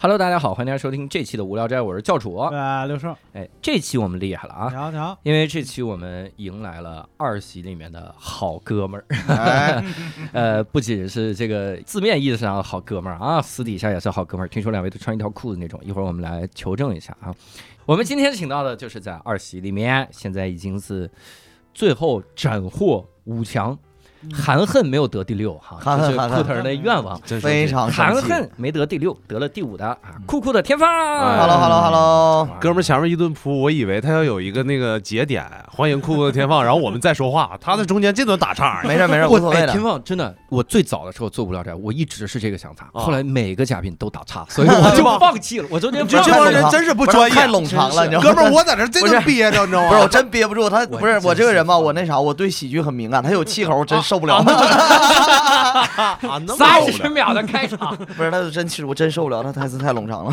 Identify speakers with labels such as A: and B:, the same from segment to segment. A: Hello，大家好，欢迎大家收听这期的《无聊斋》，我是教主。
B: 呃，刘叔，
A: 哎，这期我们厉害了啊！
B: 好，你好，
A: 因为这期我们迎来了二席里面的好哥们儿，
C: 哎，
A: 呃，不仅是这个字面意义上的好哥们儿啊，私底下也是好哥们儿。听说两位都穿一条裤子那种，一会儿我们来求证一下啊。我们今天请到的就是在二席里面，现在已经是最后斩获五强，含恨没有得第六哈，
D: 嗯含恨
A: 这是
D: 含恨
A: 库特人的愿望。
C: 真
D: 非常
A: 含
D: 生气。
A: 恨没得第六，得了第五的啊，酷酷的天放。
D: Hello，Hello，Hello，
C: 哥们儿前面一顿扑，我以为他要有一个那个节点，欢迎酷酷的天放，然后我们再说话，他在中间这顿打岔，
D: 没事没事，无
A: 我
D: 所谓
A: 哎
D: 的
A: 天。放真的，我最早的时候做无聊斋，我一直是这个想法，
C: 啊
A: 后来每个嘉宾都打岔，所以我就放弃了。我中间
C: 这
A: 放弃
C: 这
A: 了
C: 帮人真是不专业，
D: 太冗长了，你知道吗？
C: 哥们儿，我在这儿这顿憋着，你知道吗？
D: 不是我真憋不住，他不是
A: 真
D: 我这个人吧，
A: 是
D: 我那啥，我对喜剧很敏感，他有气口我
C: 哦
D: 真受不了，
C: 啊，那么
A: 三
C: 厚
A: 十
C: 的
A: 秒的开 场，
D: 不是他真气，我真受不了，他台词太冗长了。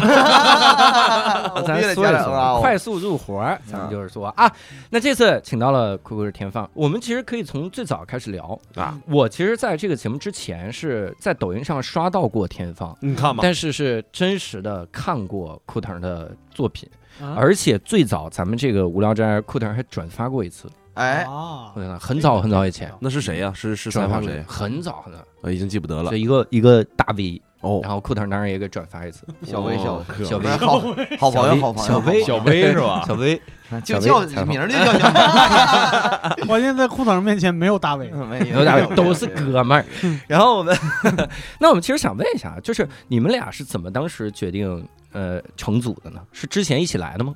D: 我
A: 咱
D: 必须得
A: 说
D: 加
A: 一
D: 两个啊！
A: 说，
D: 我
A: 快速入活儿，咱们就是说啊，那这次请到了酷酷的天放，我们其实可以从最早开始聊
C: 啊。
A: 我其实在这个节目之前是在抖音上刷到过天放，
C: 你看吧，
A: 但是是真实的看过库腾的作品，
B: 啊
A: 而且最早咱们这个无聊斋库腾还转发过一次，
D: 哎，
B: 哦
A: 库腾很早很早以前
C: 那是谁呀？是是
A: 转
C: 采
A: 发
C: 访
A: 过
C: 谁，？
A: 很早很早，
C: 我已经记不得了
A: 就。一个一个大 V，
C: 哦，
A: 然后库腾当然也给转发一次，
D: 小薇，小薇，
A: 小薇
D: 哎好好朋友，好朋友，
A: 小薇
C: 小薇是吧？
A: 小薇，
D: 就
A: 小薇
D: 叫
A: 采访
D: 名儿就叫小薇
B: 我现在在裤衩面前没有大伟，
D: 嗯，没
A: 然后大家都是哥们儿，然后我们， 那我们其实想问一下，啊就是你们俩是怎么当时决定呃成组的呢？是之前一起来的吗？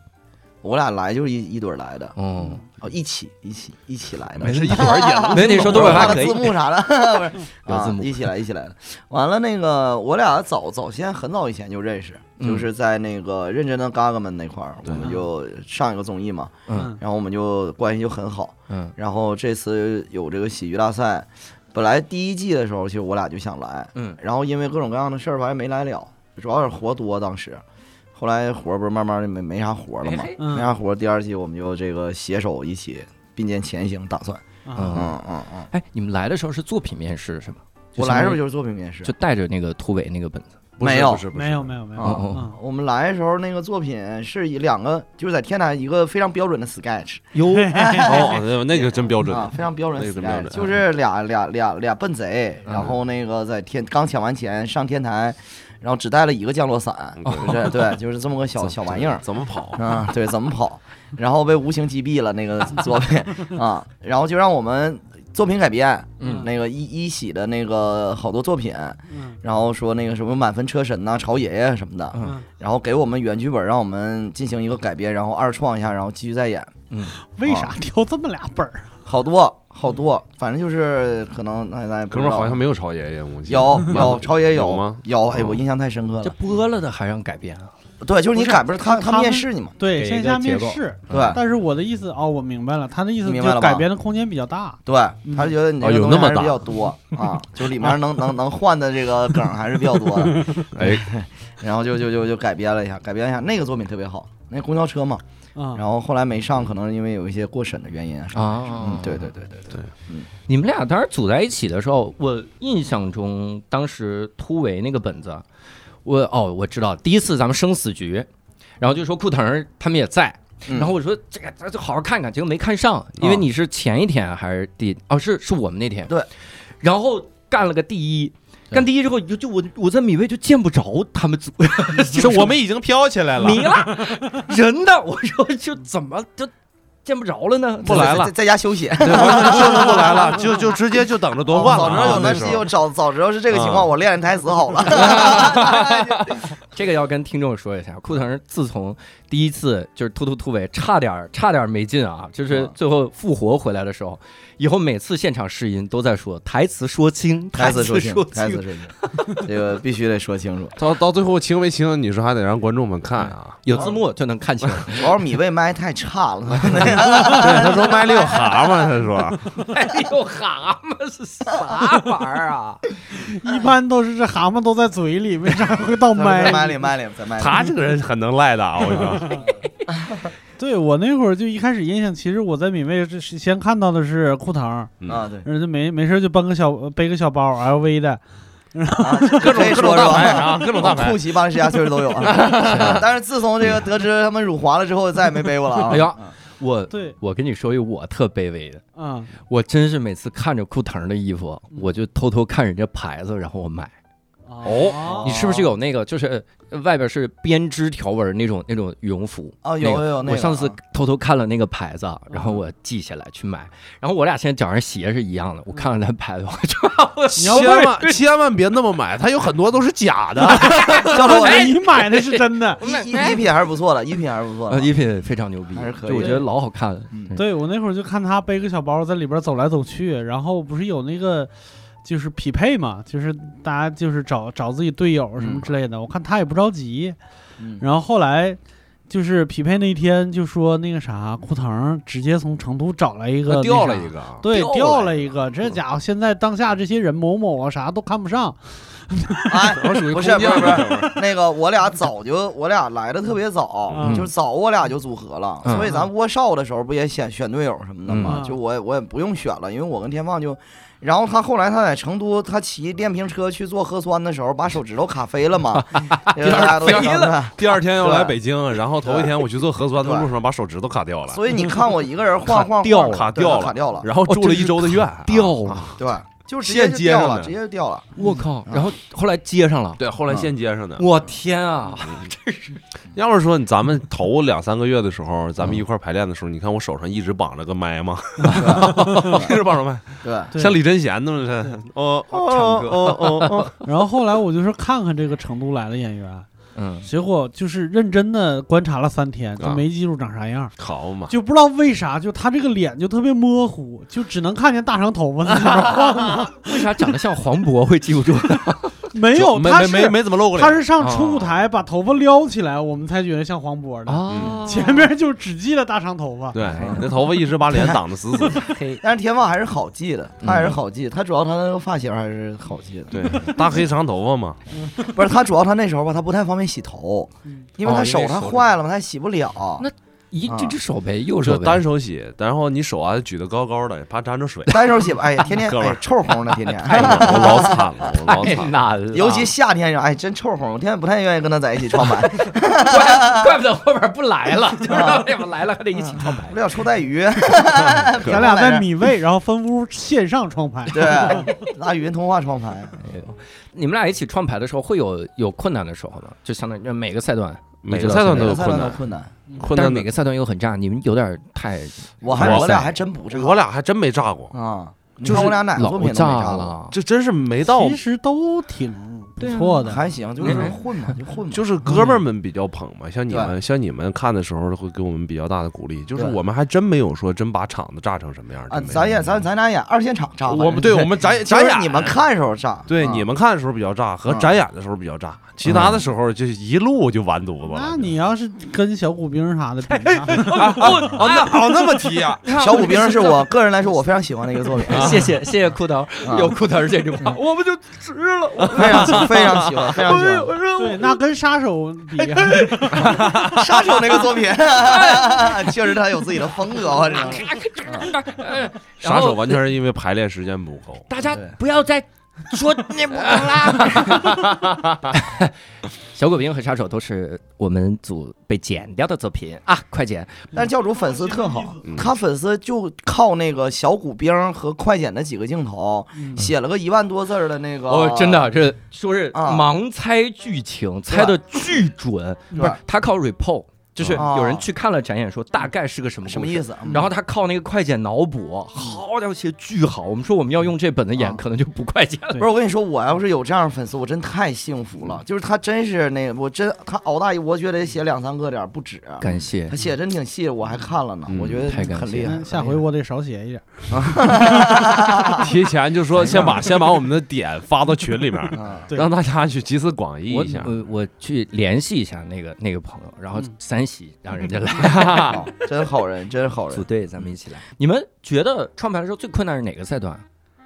D: 我俩来就是一一对儿来的，
A: 哦，
D: 哦，一起一起一起来的，
C: 没事，一会儿
D: 啊
C: 演。
A: 没问题，说多少 话
D: 画
A: 可以
D: 字，幕啥的， 不是
A: 有字幕
D: 啊，一起来，一起来的。完了，那个我俩早早先很早以前就认识，
A: 嗯
D: 就是在那个认真的嘎嘎们那块儿，我
C: 对
D: 们就上一个综艺嘛，
A: 嗯
D: 然后我们就关系就很好。
A: 嗯
D: 然后这次有这个喜剧大赛，本来第一季的时候，其实我俩就想来，
A: 嗯
D: 然后因为各种各样的事儿吧，还没来了，主要是活多当时。
A: 嗯
D: 后来活不是慢慢的没没啥活了嘛
A: 哎，
B: 嗯
D: 没啥活，第二季我们就这个携手一起并肩前行，打算，
A: 嗯
B: 啊，
D: 嗯嗯嗯。
A: 哎，你们来的时候是作品面试是吗？
D: 我来的时候
A: 就
D: 就是作品面试
A: 相当于就，带着那个突围那个本子，
C: 不是
D: 没有
C: 不是不是
B: 没有没有没有，
D: 哦
A: 哦
B: 嗯，
D: 我们来的时候那个作品是以两个，就是在天台一个非常标准的 sketch
A: 哟，
C: 哦，那那个真标准
D: 啊，非常标准
C: 那个
D: sketch，、
C: 真标准
D: 就是俩俩俩俩笨贼，
A: 嗯
D: 然后那个在天刚抢完钱上天台，然后只带了一个降落伞，就是对，就是这么个小小玩意儿。
C: 怎么跑？
D: 啊，对，怎么跑，然后被无情击毙了那个作品啊，然后就让我们作品改编，
A: 嗯
D: 那个一一喜的那个好多作品，
B: 嗯
D: 然后说那个什么满分车神呐、朝爷爷什么的，
A: 嗯
D: 然后给我们原剧本，让我们进行一个改编，然后二创一下，然后继续再演，
A: 哦
B: 为啥挑这么俩本儿？啊
D: 好多好多，反正就是可能那咱也不
C: 哥
D: 知
C: 们
D: 道
C: 儿好像没有朝爷爷，我记得
D: 有有朝爷
C: 有
D: 有
C: 吗？哦
D: 有，哎，我印象太深刻
A: 这
D: 了，
A: 播了的还让改编啊？
D: 对，就是你
B: 不是
D: 改不是他
B: 他
D: 他面
B: 们
D: 试你嘛，
B: 对，
A: 给一
B: 线
A: 个
B: 下
A: 结
B: 面
A: 构啊
B: 试。
C: 嗯
D: 对
B: 但是我的意思哦，我明白了，他的意思
D: 明
B: 就
D: 白了吧
B: 改编的空间比较大。
D: 对，他就觉得你这
C: 哦
D: 个
C: 有
D: 东
C: 那
D: 西
C: 么
D: 还是
C: 大
D: 比较多啊，就里面 能能能换的这个梗还是比较多的，
C: 哎，
D: 然后就就就就改编了一下，改编一下那个作品特别好，那公交车嘛，
C: 啊
B: 嗯，
D: 然后后来没上，可能是因为有一些过审的原因啊什么的，
C: 哦
A: 哦
D: 嗯，对对对对对，
A: 你们俩当时组在一起的时候，我印象中当时突围那个本子，我哦我知道，第一次咱们生死局，然后就说库腾儿他们也在。
D: 嗯
A: 然后我说这个，咱就好好看看，结果没看上，因
C: 哦
A: 为
D: 啊
A: 你是前一天还是第哦是是我们那天
D: 对，
A: 然后干了个第一，
D: 对
A: 干第一之后就就我我在米未就见不着他 们组，
C: 这我们已经飘起来了，
A: 迷了，人呢？我说就怎么就见不着了呢？
C: 不来了
D: 在在家休息。
C: 对， 就是不来了，就就直接就等着夺冠了
D: 哦早知道
C: 啊。
D: 有
C: 那
D: 那啊
C: 时
D: 期，
C: 候
D: 我早早知道是这个情况，
C: 嗯
D: 我练练台词好了。
A: 这个要跟听众说一下，库腾自从第一次就是突突突围，差点儿差点儿没进啊，就是最后复活回来的时候，以后每次现场试音都在说台词说清，
D: 台词
A: 词
D: 说
A: 说
D: 清，台词说 清，这个必须得说清楚。
C: 到到最后清没清，你说还得让观众们看啊。
A: 有字幕就能看清。哦
D: 主要是米未麦太差了，
C: 对，他说麦里有蛤 蟆，他说
A: 哎呦，蛤蟆是啥玩意儿啊？
B: 一般都是这蛤蟆都在嘴里，为啥会 到麦
D: 麦里麦里在麦里，
C: 他这个人很能赖的啊，我跟你说。
B: 对我那会儿就一开始印象，其实我在米味这是先看到的是裤裆，
D: 啊对，
B: 呃就没没事就搬个小背个小包 LV 的，
D: 啊各
A: 嗯各种大牌啊，各种大牌
D: 酷。奇、巴士亚、确实都有啊。 但是自从这个得知他们辱华了之后，再也没背过了啊。
A: 哎呀，我
B: 对，
A: 我跟你说一我特卑微的，
B: 啊、
A: 我真是每次看着裤腾的衣服，我就偷偷看人家牌子，然后我买。
D: 哦
A: 你是不是有那个就是呃外边是编织条纹那种那种羽绒服？
D: 哦，
A: 那
D: 有
A: 个
D: 有有，那
A: 我
D: 个
A: 上 次
D: 啊
A: 偷偷看了那个牌子，啊然后我记下来去买。然后我俩现在脚上鞋是一样的，我看了他牌子，我就
B: 你要不
C: 千万 千万别那么买，它有很多都是假的。
D: 教授，我
A: 哎
D: 这
B: 你买的是真的。
D: 一一一品还是不错的，一品还是不错
A: 呃
D: 的。
A: 衣品非常牛逼，
D: 还是可以
A: 就我觉得老好看了。
D: 嗯
A: 对
B: 对我那会儿就看他背个小包在里边走来走去，然后不是有那个就是匹配嘛，就是大家就是找找自己队友什么之类的。我看他也不着急，
D: 嗯
B: 然后后来就是匹配那一天就说那个啥，裤腾直接从成都找来一个 那啥
C: 个，
B: 对，
D: 啊掉
B: 掉
D: 了嗯
B: 了一个。这家伙现在当下这些人某某啊啥都看不上，
D: 哎，
A: 我属于
D: 不
A: 空
D: 是
A: 降
D: 不是不是，那个我俩早就我俩来的特别早，
B: 嗯
D: 就是早我俩就组合了，
A: 嗯
D: 所以咱窝少的时候不也选选队友什么的嘛，
B: 嗯
D: 就我我也不用选了，因为我跟天放就。然后他后来他在成都，他骑电瓶车去做核酸的时候，把手指头卡飞了嘛，这个大家都知道的。
C: 第二天要来北京，然后头一天我去做核酸的路上把手指头卡掉了，
D: 所以你看我一个人晃晃晃
C: 掉了
D: 卡
C: 掉了
D: 卡掉了，
C: 然
A: 哦
C: 后哦住了一周的院，啊。
A: 掉了，
D: 对，就直接就
C: 现接
D: 掉
C: 上
D: 了，
C: 的
D: 直接就掉了。
A: 我靠！然后后来接上了，
C: 对，后来现接上的。
A: 我天啊！
C: 要不说咱们头两三个月的时候，咱们一块儿排练的时候，你看我手上一直绑着个麦 吗？一直绑着麦，
D: 对，
B: 对
C: 像李贞贤那 么的哦哦哦哦哦，
B: 然后后来我就是看看这个成都来的演员，
A: 嗯，
B: 结果就是认真的观察了三天，就
C: 啊
B: 没记住长啥样，
C: 好嘛，
B: 就不知道为啥，就他这个脸就特别模糊，就只能看见大长头发在那 儿晃，
A: 为啥长得像黄渤会记不住？
B: 没有，
C: 没
B: 他
C: 没没
B: 是
C: 没怎么啊露过
B: 他
C: 脸，
B: 是上春舞台把头发撩起来，我们才觉得像黄渤的，
A: 啊，
B: 前面就只记了大长头发。
C: 对，那头发一直把脸挡得死 死的。
A: 黑，
D: 但是天放还是好记的，他还是好记，他主要他那个发型还是好记的。
C: 对，大黑长头 发嘛，
D: 不是他主要他那时候吧，他不太方便洗头，
B: 嗯
D: 因为
C: 哦
D: 他
C: 因
D: 手
C: 为
D: 他
C: 手
D: 坏了嘛，他洗不了。
A: 那一
D: 啊。
A: 这只手呗，右手
C: 就
A: 呗
C: 单手洗，然后你手啊举得高高的，怕沾着 水
D: 单手洗吧，哎呀，天天
C: 哥们儿
D: 哎臭烘的，天
C: 哎呦，
D: 天，
C: 我老惨了，我老
A: 太
B: 哎
C: 惨了。
A: 难了，
D: 尤其夏天上，哎，真臭烘，我天天不太愿意跟他在一起创牌，
A: 怪怪不得后边不来了，就是要不来了还得一起唱牌
D: 不。了臭带鱼，
B: 咱俩在米味，然后分屋线上创 牌。
D: 对，拿语音通话创牌，
A: 你们俩一起创牌的时候，会有有困难的时候吗？就相当于每个赛段，
C: 每个赛段都
D: 每个
C: 有
D: 赛
C: 困
D: 段都
C: 难，
D: 困难。
C: 困
A: 但是
C: 难
A: 每
C: 的。
A: 个赛段又很炸，你们有点太
D: 我还
C: 哇
D: 我俩
C: 塞
D: 还真不是，
C: 我俩还真没炸过，
D: 啊，你
C: 就是
D: 看我俩哪个作
A: 老
D: 品都没
A: 炸
D: 炸过，
A: 了。
C: 这真是没到
B: 其，实都挺不
D: 啊
B: 错
C: 啊
B: 的。
D: 还行，就是混嘛，就混嘛，
C: 就是哥们
B: 嗯
C: 儿们比较捧嘛。像你们，像你们看的时候会给我们比较大的鼓励，就是
D: 对
C: 我们还真没有说真把场子炸成什么样。
D: 啊，
C: 真没有
D: 咱演咱咱俩演二现场炸，
C: 我们对我们展演
D: 就
C: 展
D: 是
C: 演
D: 你们。看时候炸，
C: 对
D: 啊
C: 你们看的时候比较炸，和
D: 嗯
C: 展演的时候比较炸，其他的时候就一路就完犊子了。
B: 那你要是跟小古兵啥的比上，
C: 啊啊啊那 哦那么提 呀？
D: 小虎兵是我个人来说我非常喜欢的一个作品，
A: 谢谢谢谢裤头，
D: 啊
A: 有裤头这 句话，我们就值 了。
D: 非常非常喜 欢，非常喜欢。
B: 对，那跟杀手比，啊
C: 哎
D: 杀手那个作 品，确实他有自己的风格， 我这
A: 然
C: 杀
A: 后
C: 手完全是因为排练时间不够。
A: 大家
D: 对
A: 不要再说那不啦。 小狗兵和杀手都是我们组被剪掉的作品啊，快剪！
D: 但是教主粉丝特好，他粉丝就靠那个小骨兵和快剪的几个镜头，
B: 嗯
D: 写了个一万多字儿的那个。
A: 哦，真的，这说是
D: 啊
A: 盲猜剧情，猜的巨准，
D: 对
A: 不是他靠 report，就是
D: 哦
A: 有人去看了展演，说大概是个什么
D: 什么
A: 故
D: 意
A: 事。
D: 思？嗯
A: 然后他靠那个快剪脑补，好家伙写巨好。我们说我们要用这本子演，
D: 啊
A: 可能就不快剪了。
D: 不是我跟你说，我要是有这样的粉丝，我真太幸福
A: 嗯
D: 了。就是他真是那，我真他熬大一，我觉得写两三个点儿不止。
A: 感谢
D: 他，写真挺细，我还看了呢，
C: 嗯
D: 我觉得
A: 太感
D: 很
A: 谢
D: 厉害。
B: 下回我得少写一点。
C: 提前就说先把先把我们的点发到群里面，
D: 啊，
B: 对
C: 让大家去集思广益
A: 我
C: 一下。
A: 我我去联系一下那个那个朋友，然后
B: 嗯
A: 咱欢喜让人家 来
D: 好嗯真好人，真好
A: 组
D: 人。
A: 队，咱们一起来。你们觉得创盘的时候最困难是哪个赛段？啊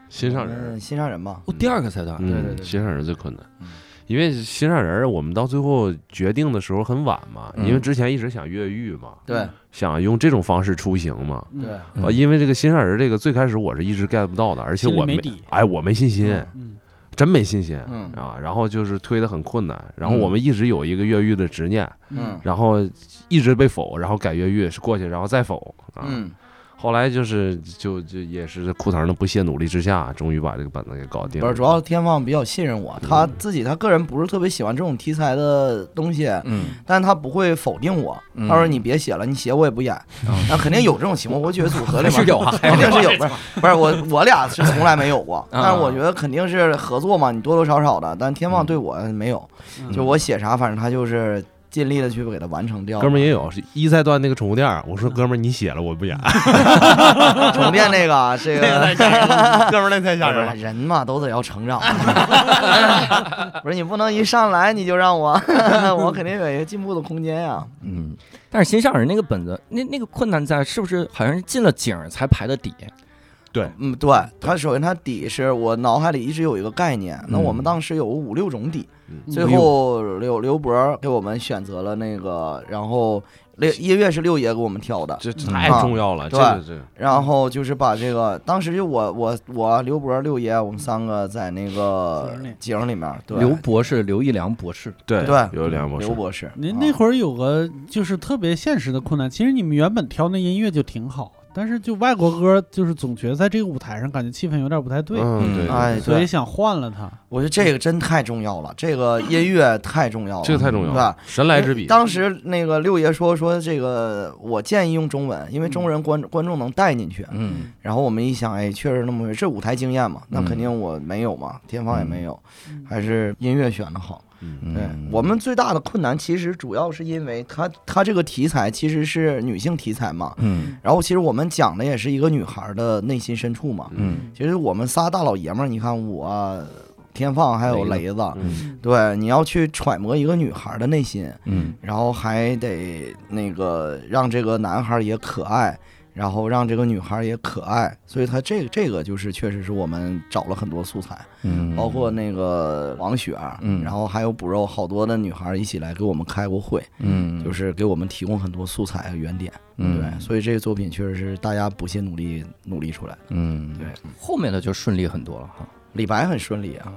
C: 心上人，
D: 嗯，心上人吧，
A: 哦，第二个赛段，
C: 嗯，
B: 对对对
C: 心上人最困难
D: 嗯，
C: 因为心上人儿我们到最后决定的时候很晚嘛，
A: 嗯
C: 因为之前一直想越狱嘛，
D: 对
C: 想用这种方式出行嘛。
B: 嗯
D: 对，
A: 嗯
C: 啊，因为这个心上人儿这个最开始我是一直 get 不到的，而且
B: 心里
C: 我
B: 没
C: 没
B: 底，
C: 哎，我没信心，
B: 嗯
C: 真没信心
D: 嗯
C: 啊。然后就是推的很困难，然后
A: 嗯
C: 我们一直有一个越狱的执念，
D: 嗯
C: 然后一直被否，然后改越狱是过去，然后再否啊。
D: 嗯，
C: 后来就是就就也是裤裆的不懈努力之下，终于把这个本子给搞定
D: 不
C: 了。
D: 是，主要天放比较信任
C: 嗯
D: 我，他自己他个人不是特别喜欢这种题材的东西，
A: 嗯，
D: 但他不会否定我，
A: 嗯
D: 他说你别写了，你写我也不演， 那肯定有这种情况，我觉得组合
A: 还
D: 里面
A: 是有啊，嗯还
D: 肯
A: 是
D: 定
A: 有
D: 是有，不是不是我我俩是从来没有过，但是我觉得肯定是合作嘛，你多多少少的，但天放对我没有，
B: 嗯
D: 就我写啥，反正他就是尽力的去给他完成掉。
C: 哥们儿也有是一赛段那个宠物店儿，我
D: 嗯
C: 说哥们儿你写了我不演，
D: 重练那个 啊这个
C: 哥们儿那太吓人了。
D: 人嘛都得要成长， 不是你不能一上来你就让我， 我肯定有一个进步的空间呀。
A: 嗯。但是新上人那个本子，那那个困难在是不是好像是进了井儿才排的底？
D: 嗯，对，它首先它底是我脑海里一直有一个概念，那我们当时有五六种底，
C: 嗯
D: 最后刘刘博给我们选择了那个，然后六音乐是六爷给我们挑的，
C: 这这
A: 嗯
C: 太
D: 啊
C: 重要了，这
D: 对
C: 个这个
D: 然后就是把这个当时就我我我刘博六爷我们三个在那个井里面，对
A: 刘博士，刘一良博士，
C: 对
D: 对
C: 有两模式
D: 刘。啊博士，
B: 您那
D: 儿
B: 会儿有个就是特别现实的困难，其实你们原本挑那音乐就挺好，但是就外国歌就是总觉得在这个舞台上感觉气氛有点不太对，
C: 嗯，对，
D: 哎对
B: 所以想换了它。
D: 我觉得这个真太重要了，这个音乐太重要了，
C: 这个太重要
D: 对
C: 了
D: 吧，？哎
C: 神来之笔。
D: 当时那个六爷说说这个，我建议用中文，因为中文
C: 嗯
D: 观观众能带进去。
A: 嗯
D: 然后我们一想，哎，确实那么回事，这舞台经验嘛，那
A: 嗯
D: 肯定我没有嘛，天放也没有，
B: 嗯
D: 还是音乐选的好。
C: 嗯，
A: 嗯
D: 对、我们最大的困难，其实主要是因为它它这个题材其实是女性题材嘛，
A: 嗯
D: 然后其实我们讲的也是一个女孩的内心深处嘛。
A: 嗯
D: 其实我们仨大老爷们儿，你看我、天放还有
A: 雷
D: 雷子，
C: 嗯
D: 对，你要去揣摩一个女孩的内心，
A: 嗯
D: 然后还得那个让这个男孩也可爱，然后让这个女孩也可爱，所以他这这个就是确实是我们找了很多素材，
A: 嗯，
D: 包括那个王雪儿，
A: 嗯
D: 然后还有补肉好多的女孩一起来给我们开过会，
A: 嗯
D: 就是是给我们提供很多素材和原点，
A: 嗯
D: 对，所以这个作品确实是大家不懈努力努力出来的。
A: 嗯
D: 对，
A: 后面的就顺利很多了哈。
D: 李白很顺利啊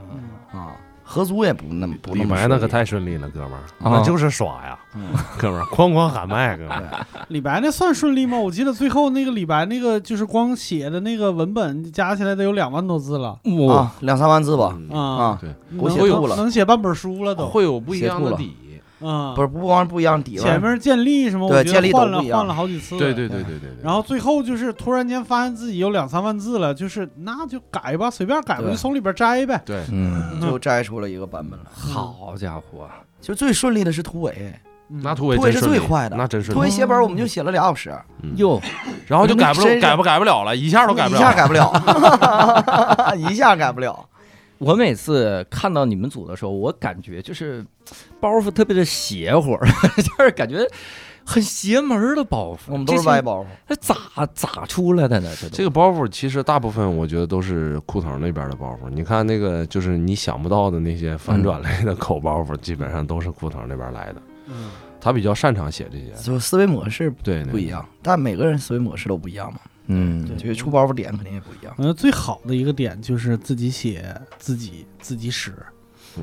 D: 啊，合租也不那么不
C: 李
D: 那么
C: 白那可
D: 顺利
C: 太顺嗯利了，哥们儿，
A: 啊
C: 那就是耍呀，
D: 嗯
C: 哥们儿，哐哐喊麦，哥们儿，
B: 李白那算顺利吗？我记得最后那个李白那个就是光写的那个文本加起来得有两万多字了
A: 哇，
D: 啊，两三万字吧，
C: 嗯
B: 啊
D: 啊，
C: 对，
D: 我
B: 能
D: 写吐了
B: 能写半本书了都
C: 会有不一样
D: 写
C: 的
D: 吐了
C: 底。
B: 啊，
D: 不是不光是不一样底味儿，
B: 前面建立什么，
D: 对
B: 我觉
D: 建立
B: 得
D: 都
B: 换了
D: 不一样
B: 换了好几
D: 嗯
B: 次，
C: 对对对对对对。
B: 然后最后就是突然间发现自己有两三万字了，就是那就改吧，随便改吧，
D: 对
B: 就从里边摘呗。
C: 对，
A: 嗯，
D: 就摘出了一个版本来。
A: 好家伙，啊
D: 就最顺利的是突围，
C: 那突
B: 嗯
C: 围
D: 突围
C: 真
D: 是
C: 顺利
D: 最快的
C: 那真是
D: 突。围写本我们就写了俩小时，
C: 嗯
A: 哟，
C: 然后就改不
D: 真
C: 了，
D: 是
C: 改不改不了了，一下都改不
D: 一
C: 了
D: 下
C: 了。
D: 改不了， 一下改不了。
A: 我每次看到你们组的时候，我感觉就是包袱特别的邪乎儿， 就是感觉很邪门儿的包袱。
D: 我们都是歪，包袱，
A: 那咋咋出来的呢？这
C: 这
A: 都
C: 个包袱其实大部分我觉得都是裤头那边的包袱。你看那个，就是你想不到的那些反
D: 嗯
C: 转类的口包袱，基本上都是裤头那边来的。
B: 嗯
C: 他比较擅长写这些，
D: 就思维模式
C: 对，
D: 不一样，但每个人思维模式都不一样嘛，
A: 嗯
B: 对
D: 就是出包袱点肯定也不一样。
B: 我觉得最好的一个点就是自己写自己自己使，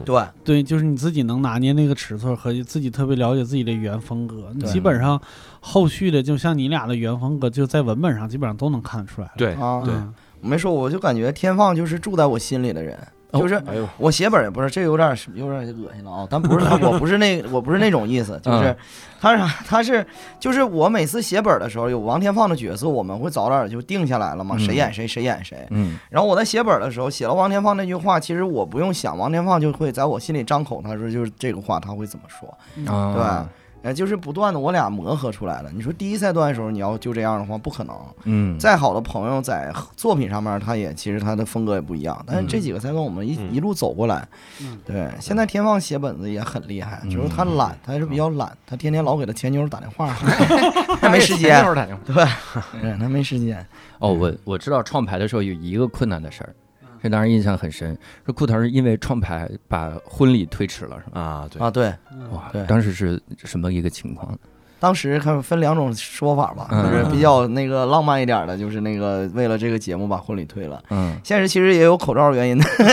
D: 对，
B: 对，就是你自己能拿捏那个尺寸和自己特别了解自己的语言风格。你
D: 对
B: 基本上后续的，就像你俩的语言风格，就在文本上基本上都能看得出来。
C: 对
D: 啊，
C: 对
B: 嗯
D: 我没说，我就感觉天放就是住在我心里的人。
A: 哦
D: 就是
C: 哎呦，
D: 我写本也不是，这有点有点恶心了啊！但不是他，我不是那我不是那种意思，就是
A: 嗯
D: 他是他是就是我每次写本的时候，有王天放的角色，我们会早点就定下来了嘛，
A: 嗯
D: 谁演谁谁演谁。
A: 嗯
D: 然后我在写本的时候，写了王天放那句话，其实我不用想，王天放就会在我心里张口，他说就是这个话他会怎么说，
B: 嗯
A: 啊
D: 对吧？呃，就是不断的我俩磨合出来了。你说第一赛段的时候你要就这样的话，不可能。
A: 嗯，
D: 再好的朋友在作品上面，他也其实他的风格也不一样。但是这几个赛段我们一、
C: 嗯
D: 一路走过来，
B: 嗯
D: 对，现在天放写本子也很厉害，
A: 嗯
D: 就是他懒，他是比较懒，他天天老给他前女友打电话，他
A: 还
D: 没时间，
A: 打电话。
D: 嗯，他没时间。
A: 哦，我我知道创牌的时候有一个困难的事儿，这当时印象很深。说裤头是因为创牌把婚礼推迟了，是吧？
C: 啊，对，
D: 啊，对，
A: 哇
D: 对，
A: 当时是什么一个情况？
D: 当时看分两种说法吧，
A: 嗯
D: 就是比较那个浪漫一点的，就是那个为了这个节目把婚礼推了。
A: 嗯，
D: 现实其实也有口罩 原因的，这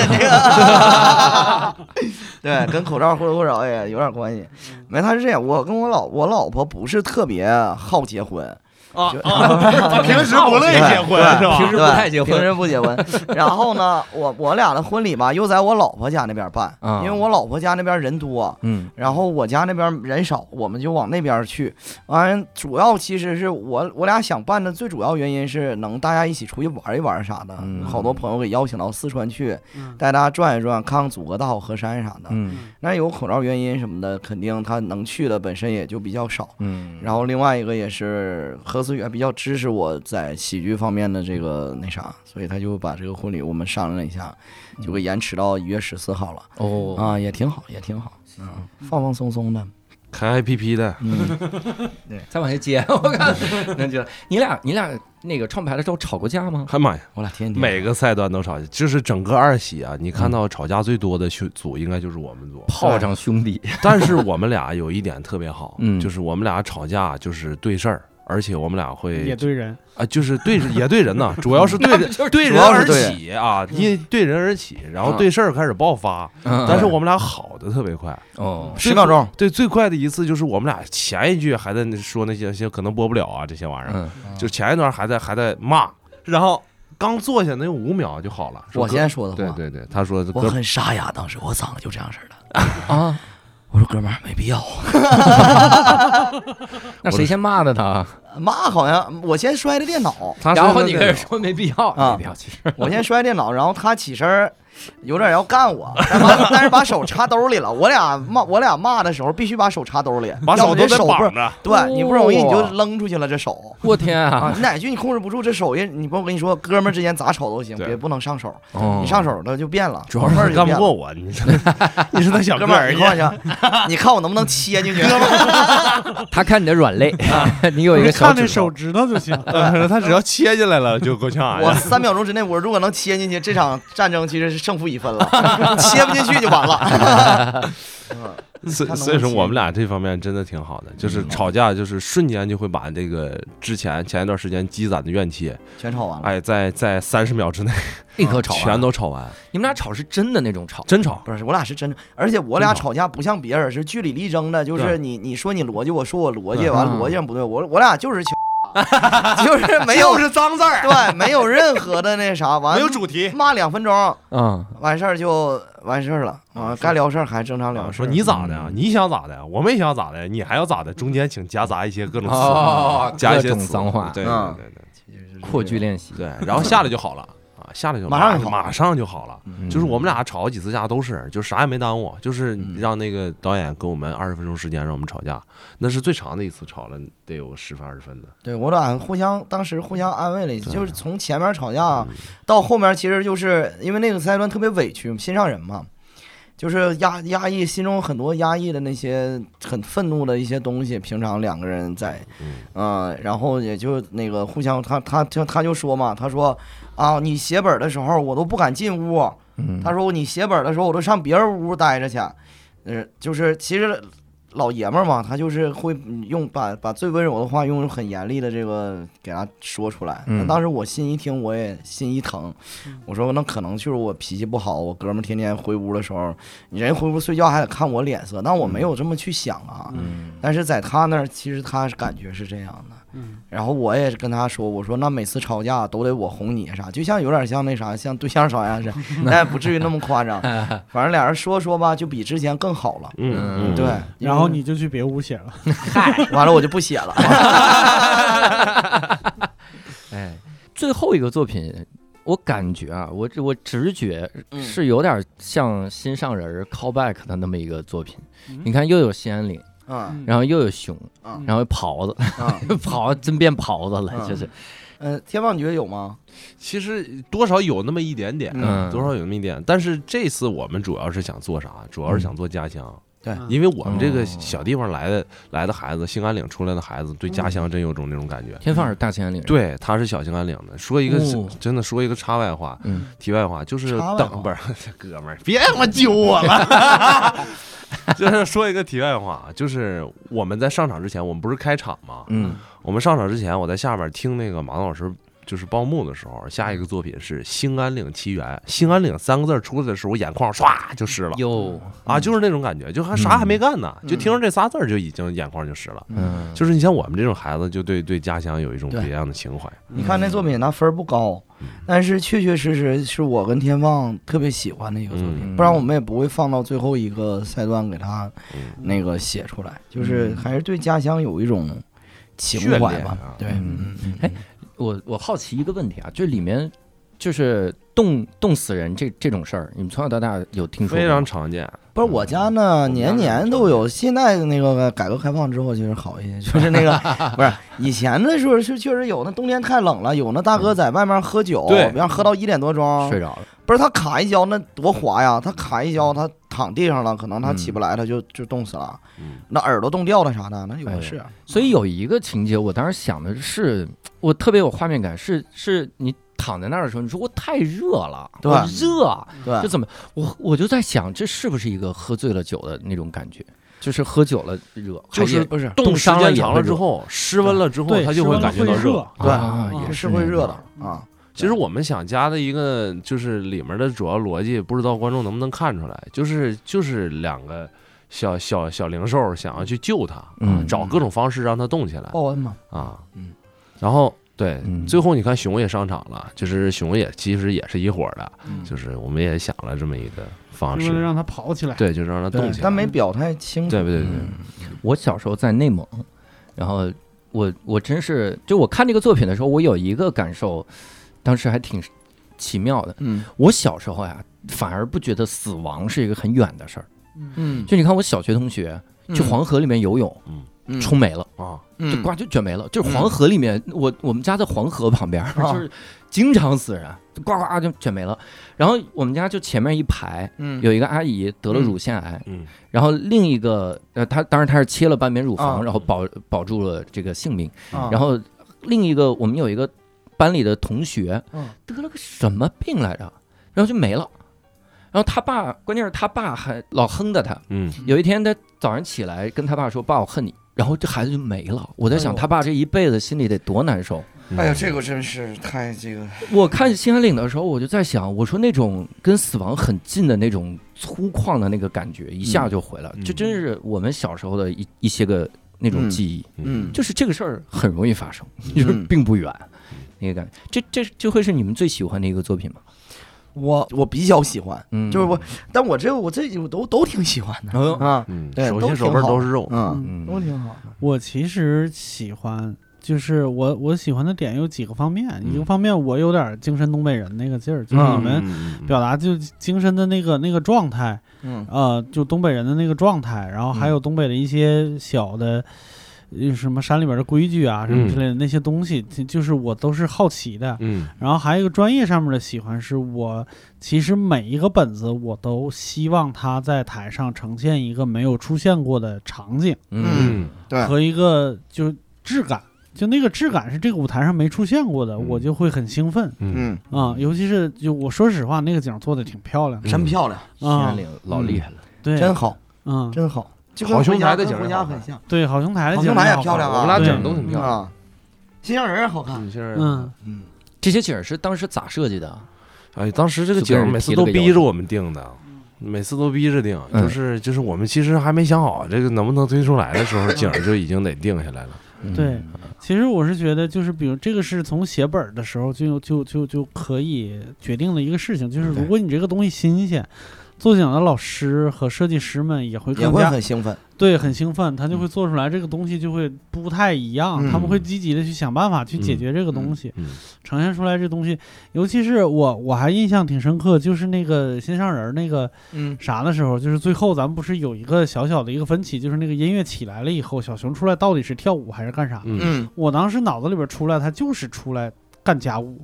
D: 个对，跟口罩或多或少也有点关系。没，他是这样，我跟我老我老婆不是特别好结婚，
C: 啊
D: 就
C: 啊，平时不乐意结婚
D: 对
C: 是吧？
A: 平时不
D: 对
A: 太结婚
D: 平时不结 婚。然后呢，我我俩的婚礼吧，又在我老婆家那边办，
A: 啊
D: 因为我老婆家那边人多，
A: 嗯
D: 然后我家那边人少，我们就往那边去。完，主要其实是我我俩想办的最主要原因是能大家一起出去玩一玩啥的，
A: 嗯
D: 好多朋友给邀请到四川去，
B: 嗯
D: 带大家转一转，看看祖国大好河山啥的。
A: 嗯
D: 那有口罩原因什么的，肯定他能去的本身也就比较少。
A: 嗯，
D: 然后另外一个也是何思远比较支持我在喜剧方面的这个那啥，所以他就把这个婚礼我们商量了一下，就给延迟到一月十四号了
A: 哦，
D: 啊，也挺好，也挺好，嗯，放放松松的，
C: 开 APP 的，
D: 嗯，
A: 再往下接，我看能觉得你俩你俩那个创牌的时候吵过架吗？，
C: 哎妈呀！
D: 我俩天天
C: 每个赛段都吵架，就是整个二喜啊，你
D: 嗯
C: 看到吵架最多的兄组应该就是我们组
A: 炮仗兄弟，
C: 但是我们俩有一点特别好
A: 嗯，
C: 就是我们俩吵架就是对事儿，而且我们俩
B: 也
C: 会
B: 对人，
C: 啊，就是对也对 人呐，主要是对人
A: 就是嗯
C: 对
D: 主
C: 人
D: 要
C: 而
D: 是对嗯
C: 起啊，因对人而起，然后对事儿开始爆发，但
A: 但
C: 是我们俩好的特别快，
A: 嗯哦，
D: 十秒嗯钟，
C: 对，最快的一次就是我们俩前一句还在那说那些些可能播不了啊这些玩意儿，
A: 嗯
C: 就前一段还在还在骂，然后刚坐下那有五秒就好了。说
D: 我
C: 哥
D: 先说的
C: 对
D: 话，
C: 对对，他说
D: 我
C: 哥
D: 很沙哑，当时我嗓子就这样式儿的，
A: 啊，
D: 我说哥们儿没必要，
A: 那谁先骂的他？
D: 妈好像我先摔的电脑，
C: 他
A: 然
C: 说
A: 后
C: 的
A: 你
C: 那
A: 跟人
C: 种
A: 说没必要，
D: 啊
A: 没必要，其实
D: 我先摔电脑，然后他起身儿有点要干我，但把但是把手插兜里了。我俩骂我俩骂的时候必须把手插兜里，
C: 把
D: 要不
C: 手都
D: 这
C: 得
D: 手不是
C: 绑着，
D: 对你不容易你就
A: 哇
D: 扔出去了这手。
A: 我天
D: 啊
A: 啊！，
D: 你哪句你控制不住这手也，你不我跟你说，哥们儿之间咋吵都行，
C: 对
D: 别不能上手，
A: 哦
D: 你上手了就变了，
C: 主要
D: 味儿
C: 是
D: 就
C: 干不
D: 变
C: 过
D: 了。
C: 我，你说你说那小
D: 哥
C: 哥
D: 们 儿，
C: 儿哎
D: 你放下，你看我能不能切 进去？
A: 他看你的软肋， 你有一个小
B: 看
A: 指
B: 那手
A: 头，
B: 指头就行。
C: 呃 他只要切进来了就够呛
D: 我
C: 啊。
D: 三秒钟之内，我如果能切进去，这场战争其实是胜负已分 了，切不进去就完了。嗯
C: 所
D: 看能不能
C: 所以说
D: 切
C: 我们俩这方面真的挺好的，就是
D: 嗯
C: 吵架就是瞬间就会把这个之前前一段时间积攒的怨气，
D: 全吵完了。
C: 哎，在在三十秒之内
A: 立刻吵啊，
C: 全都吵完，
A: 你们俩吵是真的那种吵，
C: 真吵。
D: 不是，我俩是真的，而且我俩
C: 真
D: 吵架不像别人是据理力争的，就是
C: 对
D: 你你说你逻辑，我说我逻辑，
C: 对
D: 完
A: 嗯
D: 逻辑上不对，我我俩就是就是没有是脏字儿，对，没有任何的那啥，完
C: 主题。
D: 骂两分钟，
A: 嗯，
D: 完事儿就完事儿了，啊，该聊事儿还正常聊
C: 啊
D: 事
C: 说
D: 儿。
C: 你咋的啊？
A: 嗯
C: 你想咋的？我没想咋的，你还要咋的？中间请夹杂一些各种词，
A: 哦
C: 加一些
A: 各种
C: 词
A: 脏话
C: 对
D: 嗯
C: 对对对
A: 扩句练习，
C: 对，然后下来就好了啊，下来就
D: 马上就好
C: 马上就好了。
A: 嗯
C: 就是我们俩吵好几次架都是，就啥也没耽误，就是
D: 嗯
C: 让那个导演给我们二十分钟时间让我们吵架，那是最长的一次吵了，得有十分二十分的。
D: 对我俩互相当时互相安慰了一下，
C: 对
D: 就是从前面吵架到后面，其实就是因为那个赛段特别委屈，心上人嘛，就是压压抑心中很多压抑的那些很愤怒的一些东西，平常两个人在，嗯、然后也就那个互相，他他他他就说嘛，他说啊，你写本的时候我都不敢进屋，
A: 嗯
D: 他说你写本的时候我都上别人屋待着去，呃，就是其实老爷们儿嘛，他就是会用把把最温柔的话用很严厉的这个给他说出来。
A: 嗯
D: 那当时我心一听，我也心一疼，我说那可能就是我脾气不好，我哥们儿天天回屋的时候，人回屋睡觉还得看我脸色，但我没有这么去想啊。
A: 嗯
D: 但是在他那儿，其实他是感觉是这样的。
B: 嗯，
D: 然后我也是跟他说，我说那每次吵架都得我哄你啥，就像有点像那啥，像对象吵架似的，但也不至于那么夸张。反正俩人说说吧，就比之前更好了。
A: 嗯嗯
D: 对，
B: 然后你就去别屋写了。
D: 完了我就不写了。
A: 哎，最后一个作品，我感觉啊，我这我直觉
D: 嗯
A: 是有点像新上人儿 callback 的那么一个作品。
B: 嗯
A: 你看，又有西安岭，
D: 嗯
A: 然后又有熊，
D: 嗯
A: 然后有狍子，
D: 嗯
A: 狍真变狍子了，
D: 嗯
A: 就是
D: 嗯，天放你觉得有吗？
C: 其实多少有那么一点点，
A: 嗯
C: 多少有那么一点。但是这次我们主要是想做啥？主要是想做家乡。
D: 对
C: 因为我们这
A: 嗯哦
C: 个小地方来的来的孩子，兴安岭出来的孩子，对家
A: 嗯
C: 乡真有种那种感觉。
A: 天放是大兴安岭人，
C: 对，他是小兴安岭的。说一个是
A: 哦
C: 真的，说一个插外话，
A: 嗯，
C: 题外话就是
D: 插外
C: 等
D: 话
C: 不是哥们儿， 别他妈揪我了。 就是说一个题外话，就是我们在上场之前，我们不是开场吗？
A: 嗯
C: 我们上场之前，我在下面听那个马东老师就是报幕的时候，下一个作品是《兴安岭奇缘》。兴安岭三个字儿出来的时候，我眼眶唰就湿了
A: 有，
C: 啊，就是那种感觉，就还啥还没干呢，
D: 嗯
C: 就听着这仨字儿就已经眼眶就湿了。
A: 嗯，
C: 就是你像我们这种孩子，就对对家乡有一种
D: 对
C: 别样的情怀。
D: 你看那作品拿分儿不高，但是确确实实是我跟天放特别喜欢的一个作品，
A: 嗯
D: 不然我们也不会放到最后一个赛段给他
A: 嗯
D: 那个写出来，就是还是对家乡有一种情
C: 眷
D: 怀
C: 恋
D: 吧
C: 啊。
D: 对，
A: 嗯
D: 嗯嗯
A: 哎我我好奇一个问题啊，就里面就是冻冻死人这这种事儿，你们从小到大有听说过
C: 非
A: 吗？
C: 常常见，
D: 不是我家呢，年年都有。现在那个改革开放之后，其实好一些，就是那个不是以前的时候是确实有，那冬天太冷了，有那大哥在外面喝酒，
C: 对
D: 比方喝到一点多
C: 啊
D: 钟，
A: 睡着了，
D: 不是他卡一跤那多滑呀，他卡一跤他躺地上了，可能他
A: 嗯
D: 起不来，他就就冻死了，
C: 嗯
D: 那耳朵冻掉了啥的，那有
A: 哎呦
D: 的是。
A: 所以有一个情节，我当时想的是，我特别有画面感，是是你躺在那儿的时候，你说我太热了，
D: 对
A: 我热，
C: 嗯
D: 对
A: 就，怎么我我就在想，这是不是一个喝醉了酒的那种感觉？就是喝酒了热，
C: 就
A: 还
C: 是
A: 也
D: 不是
A: 冻
C: 时
A: 伤了
C: 间
A: 也
C: 长
A: 会
C: 了
A: 热
C: 之后，湿温了之后，
B: 对，
C: 他就
B: 吃
C: 会
B: 完
C: 感
B: 了
C: 觉到
B: 热
C: 热。
D: 对
A: 啊，
B: 啊
A: 也
D: 是
A: 是
D: 会
A: 那
D: 热
A: 种
D: 的啊。
C: 其实我们想加的一个就是里面的主要逻辑，不知道观众能不能看出来，就是就是两个小小小灵兽想要去救他，啊
A: 嗯
C: 找各种方式让他动起来
D: 报恩嘛，
C: 啊
D: 哦嗯，
C: 然后对
A: 嗯，
C: 最后你看熊也上场了，就是熊也其实也是一伙儿的，
D: 嗯
C: 就是我们也想了这么一个方
B: 为了
C: 式，
B: 让它跑起来。
C: 对，就让他动起来，
D: 但没表态清楚
C: 对。不对？对
A: 嗯我小时候在内蒙，然后我我真是就我看这个作品的时候，我有一个感受，当时还挺奇妙的。
D: 嗯
A: 我小时候呀，反而不觉得死亡是一个很远的事儿。
D: 嗯，
A: 就你看，我小学同学去黄河里面游泳，
D: 嗯
A: 冲没了，
C: 啊，
A: 就
D: 嗯
A: 呱就卷没了。就是黄河里面，我我们家在黄河旁边，
D: 啊
A: 就是经常死人，呱呱就卷没了。然后我们家就前面一排
D: 嗯
A: 有一个阿姨得了乳腺癌，
C: 嗯
A: 然后另一个，呃，他当然他是切了半边乳房，
D: 啊
A: 然后保保住了这个性命。
D: 啊
A: 然后另一个，我们有一个班里的同学
D: 嗯
A: 得了个什么病来着，然后就没了。然后他爸，关键是他爸还老哼着他。
C: 嗯，
A: 有一天他早上起来跟他爸说：“爸，我恨你。”然后这孩子就没了。我在
D: 哎
A: 想，
D: 呦
A: 他爸这一辈子心里得多难受。
C: 嗯
D: 哎呀，这个真是太这个，
A: 我看兴安岭的时候，我就在想，我说那种跟死亡很近的那种粗犷的那个感觉，一下就回来了。
C: 嗯
A: 这真是我们小时候的一一些个那种记忆，
D: 嗯，
A: 就是这个事儿很容易发生，就是并不远。那个感觉，这这这会是你们最喜欢的一个作品吗？
D: 我我比较喜欢，
A: 嗯，
D: 就是我，但我这我这我都都挺喜欢的
A: 哎呦
D: 啊，
C: 嗯，
D: 对
C: 手
D: 都
C: 心
D: 挺
C: 手背
D: 好
C: 都是肉，
D: 嗯，
A: 嗯
D: 都挺好的。
B: 我其实喜欢，就是我我喜欢的点有几个方面，
C: 嗯
B: 一个方面我有点精神东北人那个劲儿，就是
D: 嗯
B: 你们
C: 嗯嗯
B: 表达就精神的那个那个状态，
D: 嗯
B: 呃，就东北人的那个状态，然后还
C: 嗯
B: 有东北的一些小的。呃什么山里边的规矩啊，什么之类的那些东西，就就是我都是好奇的。
C: 嗯
B: 然后还有一个专业上面的喜欢，是我其实每一个本子我都希望它在台上呈现一个没有出现过的场景
A: 嗯
C: 嗯
D: 对
B: 和一个就质感，就那个质感是这个舞台上没出现过的，
C: 嗯
B: 我就会很兴奋
C: 嗯
D: 嗯，
B: 啊、尤其是就我说实话，那个景做的挺漂亮的，
D: 真漂亮，
A: 兴安岭老厉害了，
B: 对，
D: 真好，
B: 嗯，
D: 真好，就
C: 好
D: 跟
C: 兄
D: 回家
C: 台的
D: 跟
C: 景儿
D: 回
C: 好
D: 家
C: 看
D: 很像
B: 对，好兄台的
D: 好
B: 景
D: 兄台也
B: 好
D: 漂亮
C: 我们俩
B: 看
C: 景
B: 对
C: 儿都挺漂亮，
D: 啊。新疆人也好看，
C: 嗯其实
B: 嗯，
D: 嗯，
A: 这些景儿是当时咋设计的？
C: 哎，当时这个
A: 就
C: 景
A: 跟
C: 儿
A: 人
C: 每次
A: 提
C: 都
A: 了个要
C: 逼
A: 求
C: 着我们定的，每次都逼着定，
A: 嗯
C: 就是就是我们其实还没想好这个能不能推出来的 时候，景儿就已经得定下来了。
A: 嗯
B: 对，其实我是觉得，就是比如这个是从写本儿的时候就就就就可以决定的一个事情，就是如果你这个东西新鲜，做奖的老师和设计师们也会
D: 也
B: 更
D: 会
B: 加
D: 很兴奋。
B: 对很兴奋，他就会做出来这个东西就会不太一样，
D: 嗯
B: 他们会积极的去想办法去解决这个东西，
C: 嗯嗯
B: 呈现出来这东西。尤其是我我还印象挺深刻，就是那个新上人那个
D: 嗯
B: 啥的时候，就是最后咱们不是有一个小小的一个分歧，就是那个音乐起来了以后，小熊出来到底是跳舞还是干啥？
C: 嗯
D: 嗯，
B: 我当时脑子里边出来，他就是出来干家务，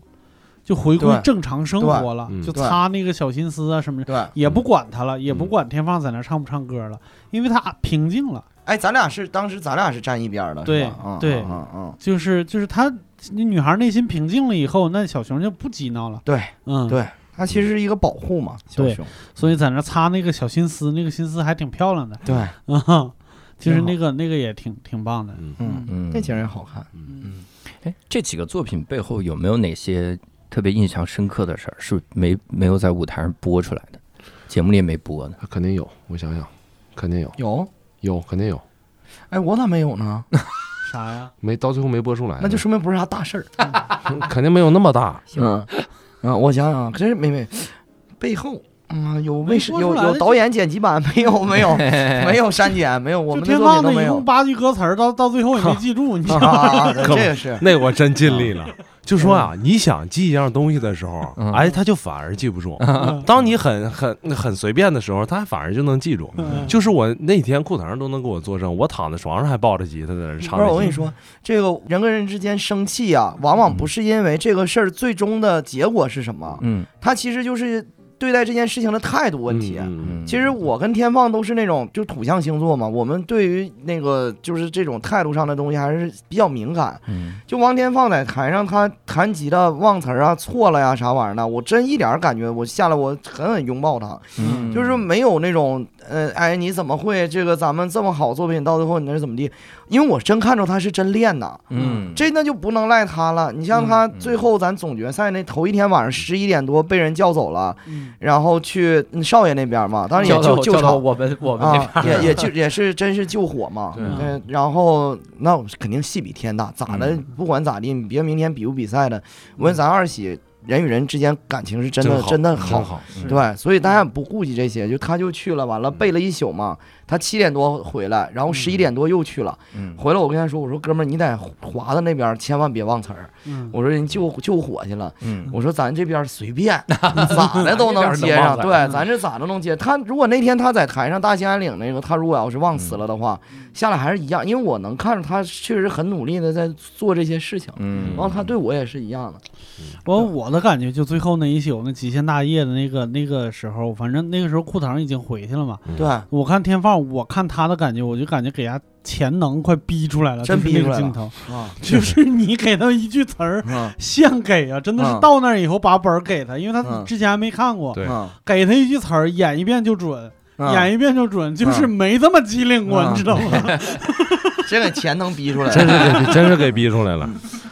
B: 就回归
D: 对嗯
B: 正常生活了
C: 对嗯，
B: 就擦那个小心思啊什么的。
D: 对。
B: 也不管他了，也不管天放在那唱不唱歌了，因为他平静了。
D: 哎，咱俩是当时咱俩是站一边儿的，
B: 对
D: 是吧？嗯
B: 对
D: 嗯嗯，
B: 就是就是他那女孩内心平静了以后，那小熊就不激闹了。
D: 对，
B: 嗯，
D: 对它其实是一个保护嘛，小
B: 对
D: 熊。
B: 所以在那擦那个小心思，那个心思还挺漂亮的
D: 对，
B: 啊。就是
D: 挺好
B: 那个那个也挺挺棒的。
C: 嗯
D: 嗯，
A: 嗯
D: 那景儿也好看。
B: 嗯，
A: 哎，这几个作品背后有没有哪些特别印象深刻的事儿是没没有在舞台上播出来的，节目里也没播的？
C: 肯定有，我想想，肯定有，
D: 有，
C: 有肯定有，
D: 哎，我咋没有 呢？
B: 啥呀？
C: 没到最后没播出来，
D: 那就说明不是啥大事儿。
C: 肯定没有那么大。
D: 嗯，嗯，我想想啊，真是没没背后。嗯，有卫视
B: 没播
D: 有
B: 出来
D: 有
B: 的
D: 导演剪辑版没有？没 有，没有删减，没有，
B: 就
D: 我们的
B: 天
D: 作品
B: 放
D: 都
B: 的
D: 没
B: 一
D: 有
B: 共。 八句歌词儿，到到最后也没记住，你知
D: 啊
B: 道
D: 啊
B: 吗？
D: 啊，对这 个是
C: 那我真尽力了。就说啊，你想记一样东西的时候
A: 嗯，
C: 哎，他就反而记不住；当你很很很随便的时候，他反而就能记住。
B: 嗯
C: 就是我那天裤裆都能给我作证，我躺在床上还抱着吉他在那唱
D: 不是，我跟
C: 那些。
D: 你说，这个人跟人之间生气啊，往往不是因为这个事儿最终的结果是什么，
A: 嗯
D: 他其实就是对待这件事情的态度问题。
C: 嗯
A: 嗯，
D: 其实我跟天放都是那种就土象星座嘛，我们对于那个就是这种态度上的东西还是比较敏感。
A: 嗯
D: 就王天放在台上，他弹吉他忘词儿啊、错了呀、啥玩意儿的，我真一点儿感觉，我下来我狠狠拥抱他，
A: 嗯，
D: 就是没有那种呃，哎你怎么会这个咱们这么好作品到最后你那是怎么地？因为我真看着他是真练呐，
A: 嗯，
D: 这那就不能赖他了。你像他
A: 嗯嗯
D: 最后咱总决赛那头一天晚上十一点多被人叫走了，
B: 嗯
D: 然后去嗯少爷那边嘛，当然也
A: 教
D: 救
A: 导
D: 救
A: 教导
D: 场
A: 我们我们这
D: 啊，也也救也是真是救火嘛。
C: 对
B: 啊
D: 嗯，然后那我肯定戏比天大，咋的？
A: 嗯
D: 不管咋地，你别明天比不比赛的，我跟咱二喜人与人之间感情是真的
C: 好
D: 真的
C: 好
D: 好。
C: 好，
A: 是
D: 对，所以大家也不顾及这些，就他就去了，完了背了一宿嘛。他七点多回来，然后十一点多又去了。
A: 嗯
D: 回来我跟他说：“我说哥们儿，你在华的那边千万别忘词儿。
B: 嗯，
D: 我说人救救火去了。
A: 嗯
D: 我说咱这边随 便，咋的都能接
A: 咱这边能忘
D: 上。
A: 词
D: 对，咱这咋都能接。他如果那天他在台上大兴安岭那个，他如果要是忘词了的话，
A: 嗯
D: 下来还是一样，因为我能看着他确实很努力的在做这些事情。
A: 嗯，
D: 然后他对我也是一样的。
B: 我我的感觉就最后那一宿那极限大业的那个那个时候，反正那个时候裤裆已经回去了嘛。
D: 对，
B: 我看天放，我看他的感觉，我就感觉给他潜能快逼出来了，
D: 真
B: 就是
D: 逼
B: 那
D: 出
B: 个
D: 来了
B: 镜 头，
D: 啊，
B: 就是你给他一句词儿，
D: 嗯
B: 现给啊，真的是
D: 嗯
B: 到那儿以后把本儿给他，因为他
D: 嗯
B: 之前还没看过，
C: 对
D: 嗯
B: 给他一句词儿，演一遍就准，
D: 嗯
B: 演一遍就准，就是没这么机灵过，
D: 嗯
B: 你知道吗？
D: 真给钱能逼出来。
C: 真是给真是给逼出来了。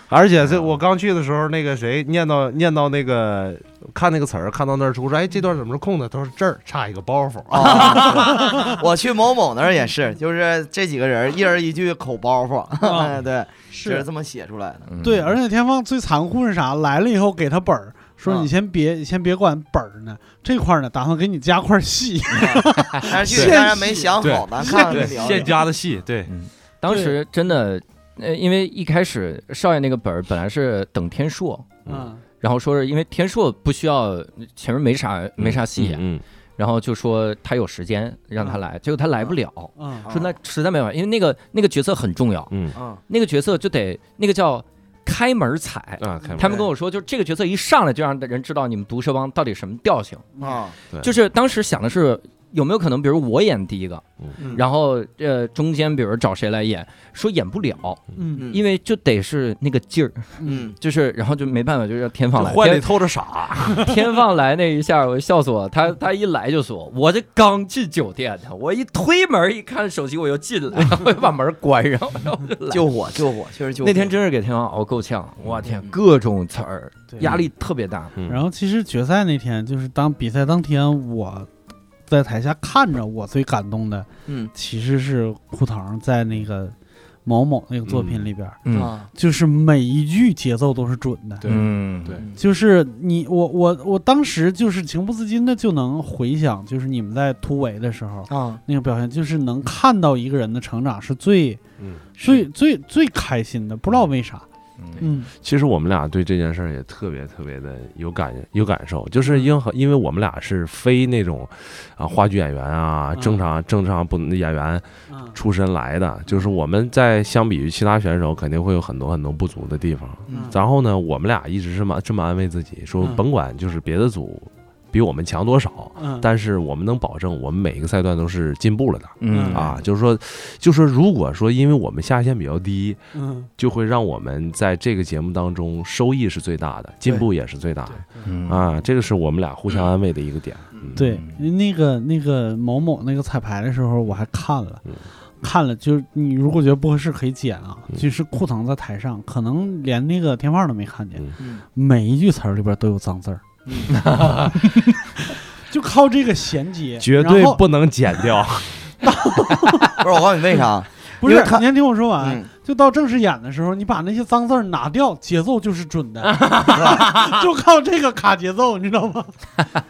C: 而且这我刚去的时候，那个谁念到念到那个看那个词儿，看到那儿出说，哎，这段怎么是空的？他说这儿差一个包袱。
D: 啊， 我去某某那儿也是，就是这几个人一人一句口包袱，哎， 对， 就是
B: 是
D: 这么写出 来的。
A: 嗯
B: 对，而且天放最残酷是啥？来了以后给他本儿。说
D: 嗯
B: 你先别，你先别管本儿呢，这块儿呢，打算给你加块儿戏。
D: 啊但是剧当然没想好，咱看看聊聊。
C: 加的戏，对
A: 嗯当时真的，呃，因为一开始少爷那个本儿本来是等天硕，
C: 嗯
B: 嗯，
A: 然后说是因为天硕不需要前面没啥没啥戏，
C: 嗯，
A: 然后就说他有时间让他来，结果他来不了，
B: 嗯
D: 啊
A: 说那实在没办法，因为那个那个角色很重要，
C: 嗯
D: 嗯，
A: 那个角色就得那个叫开门踩。
C: 啊，开门
A: 他们跟我说，就这个角色一上来就让人知道你们毒蛇帮到底什么调性。
D: 啊，
C: 对
A: 就是当时想的是有没有可能，比如我演第一个，
D: 嗯
A: 然后呃中间比如找谁来演，说演不了，
B: 嗯
A: 因为就得是那个劲儿，
D: 嗯，
A: 就是然后就没办法，就让天放来。
C: 坏里
A: 天
C: 透着傻，
A: 天放来那一下，我笑死我。他他一来就说，我这刚进酒店呢，我一推门一看手机我又进来， 我就把门关上，然后就来。
D: 救火救火，确实救火。
A: 那天真是给天放熬够呛，
C: 嗯
A: 我天，各种词儿，
B: 对
A: 压力特别大。
B: 然后其实决赛那天，就是当比赛当天，我在台下看着，我最感动的
D: 嗯
B: 其实是裤裆在那个某某那个作品里边儿，
A: 嗯
D: 啊，
B: 就是每一句节奏都是准的。
C: 对
A: 嗯
C: 对
B: 就是你我我我当时就是情不自禁的就能回想，就是你们在突围的时候
D: 啊，
B: 那个表现，就是能看到一个人的成长是最
C: 嗯，
B: 最最最开心的，不知道为啥。
A: 嗯
B: 嗯
C: 其实我们俩对这件事儿也特别特别的有感有感受，就是因和因为我们俩是非那种啊话剧演员啊，
B: 嗯
C: 正常正常不演员
B: 嗯
C: 出身来的，就是我们在相比于其他选手肯定会有很多很多不足的地方。
B: 嗯
C: 然后呢，我们俩一直这么这么安慰自己，说
B: 嗯
C: 甭管就是别的组比我们强多少，
B: 嗯，
C: 但是我们能保证我们每一个赛段都是进步了的。
A: 嗯
C: 啊，就是说，就是说，如果说因为我们下限比较低，
B: 嗯
C: 就会让我们在这个节目当中收益是最大的，进步也是最大的
A: 嗯
C: 啊，这个是我们俩互相安慰的一个点。嗯
B: 对那个那个某某那个彩排的时候我还看了
C: 嗯。
B: 看了，就是你如果觉得不合适可以剪啊。
C: 嗯
B: 就是裤裆在台上，可能连那个天放都没看见
C: 嗯，
D: 嗯
B: 每一句词儿里边都有脏字儿， 就靠这个衔接，
C: 绝
B: 然
C: 对
B: 后
C: 不能减掉。
D: 不是我告诉你为
A: 啊
D: 啥？
B: 不是
D: 因为看，
B: 您听我说完，
D: 嗯，
B: 就到正式演的时候，你把那些脏字儿拿掉，节奏就是准 的， 就靠这个卡节奏，你知道吗？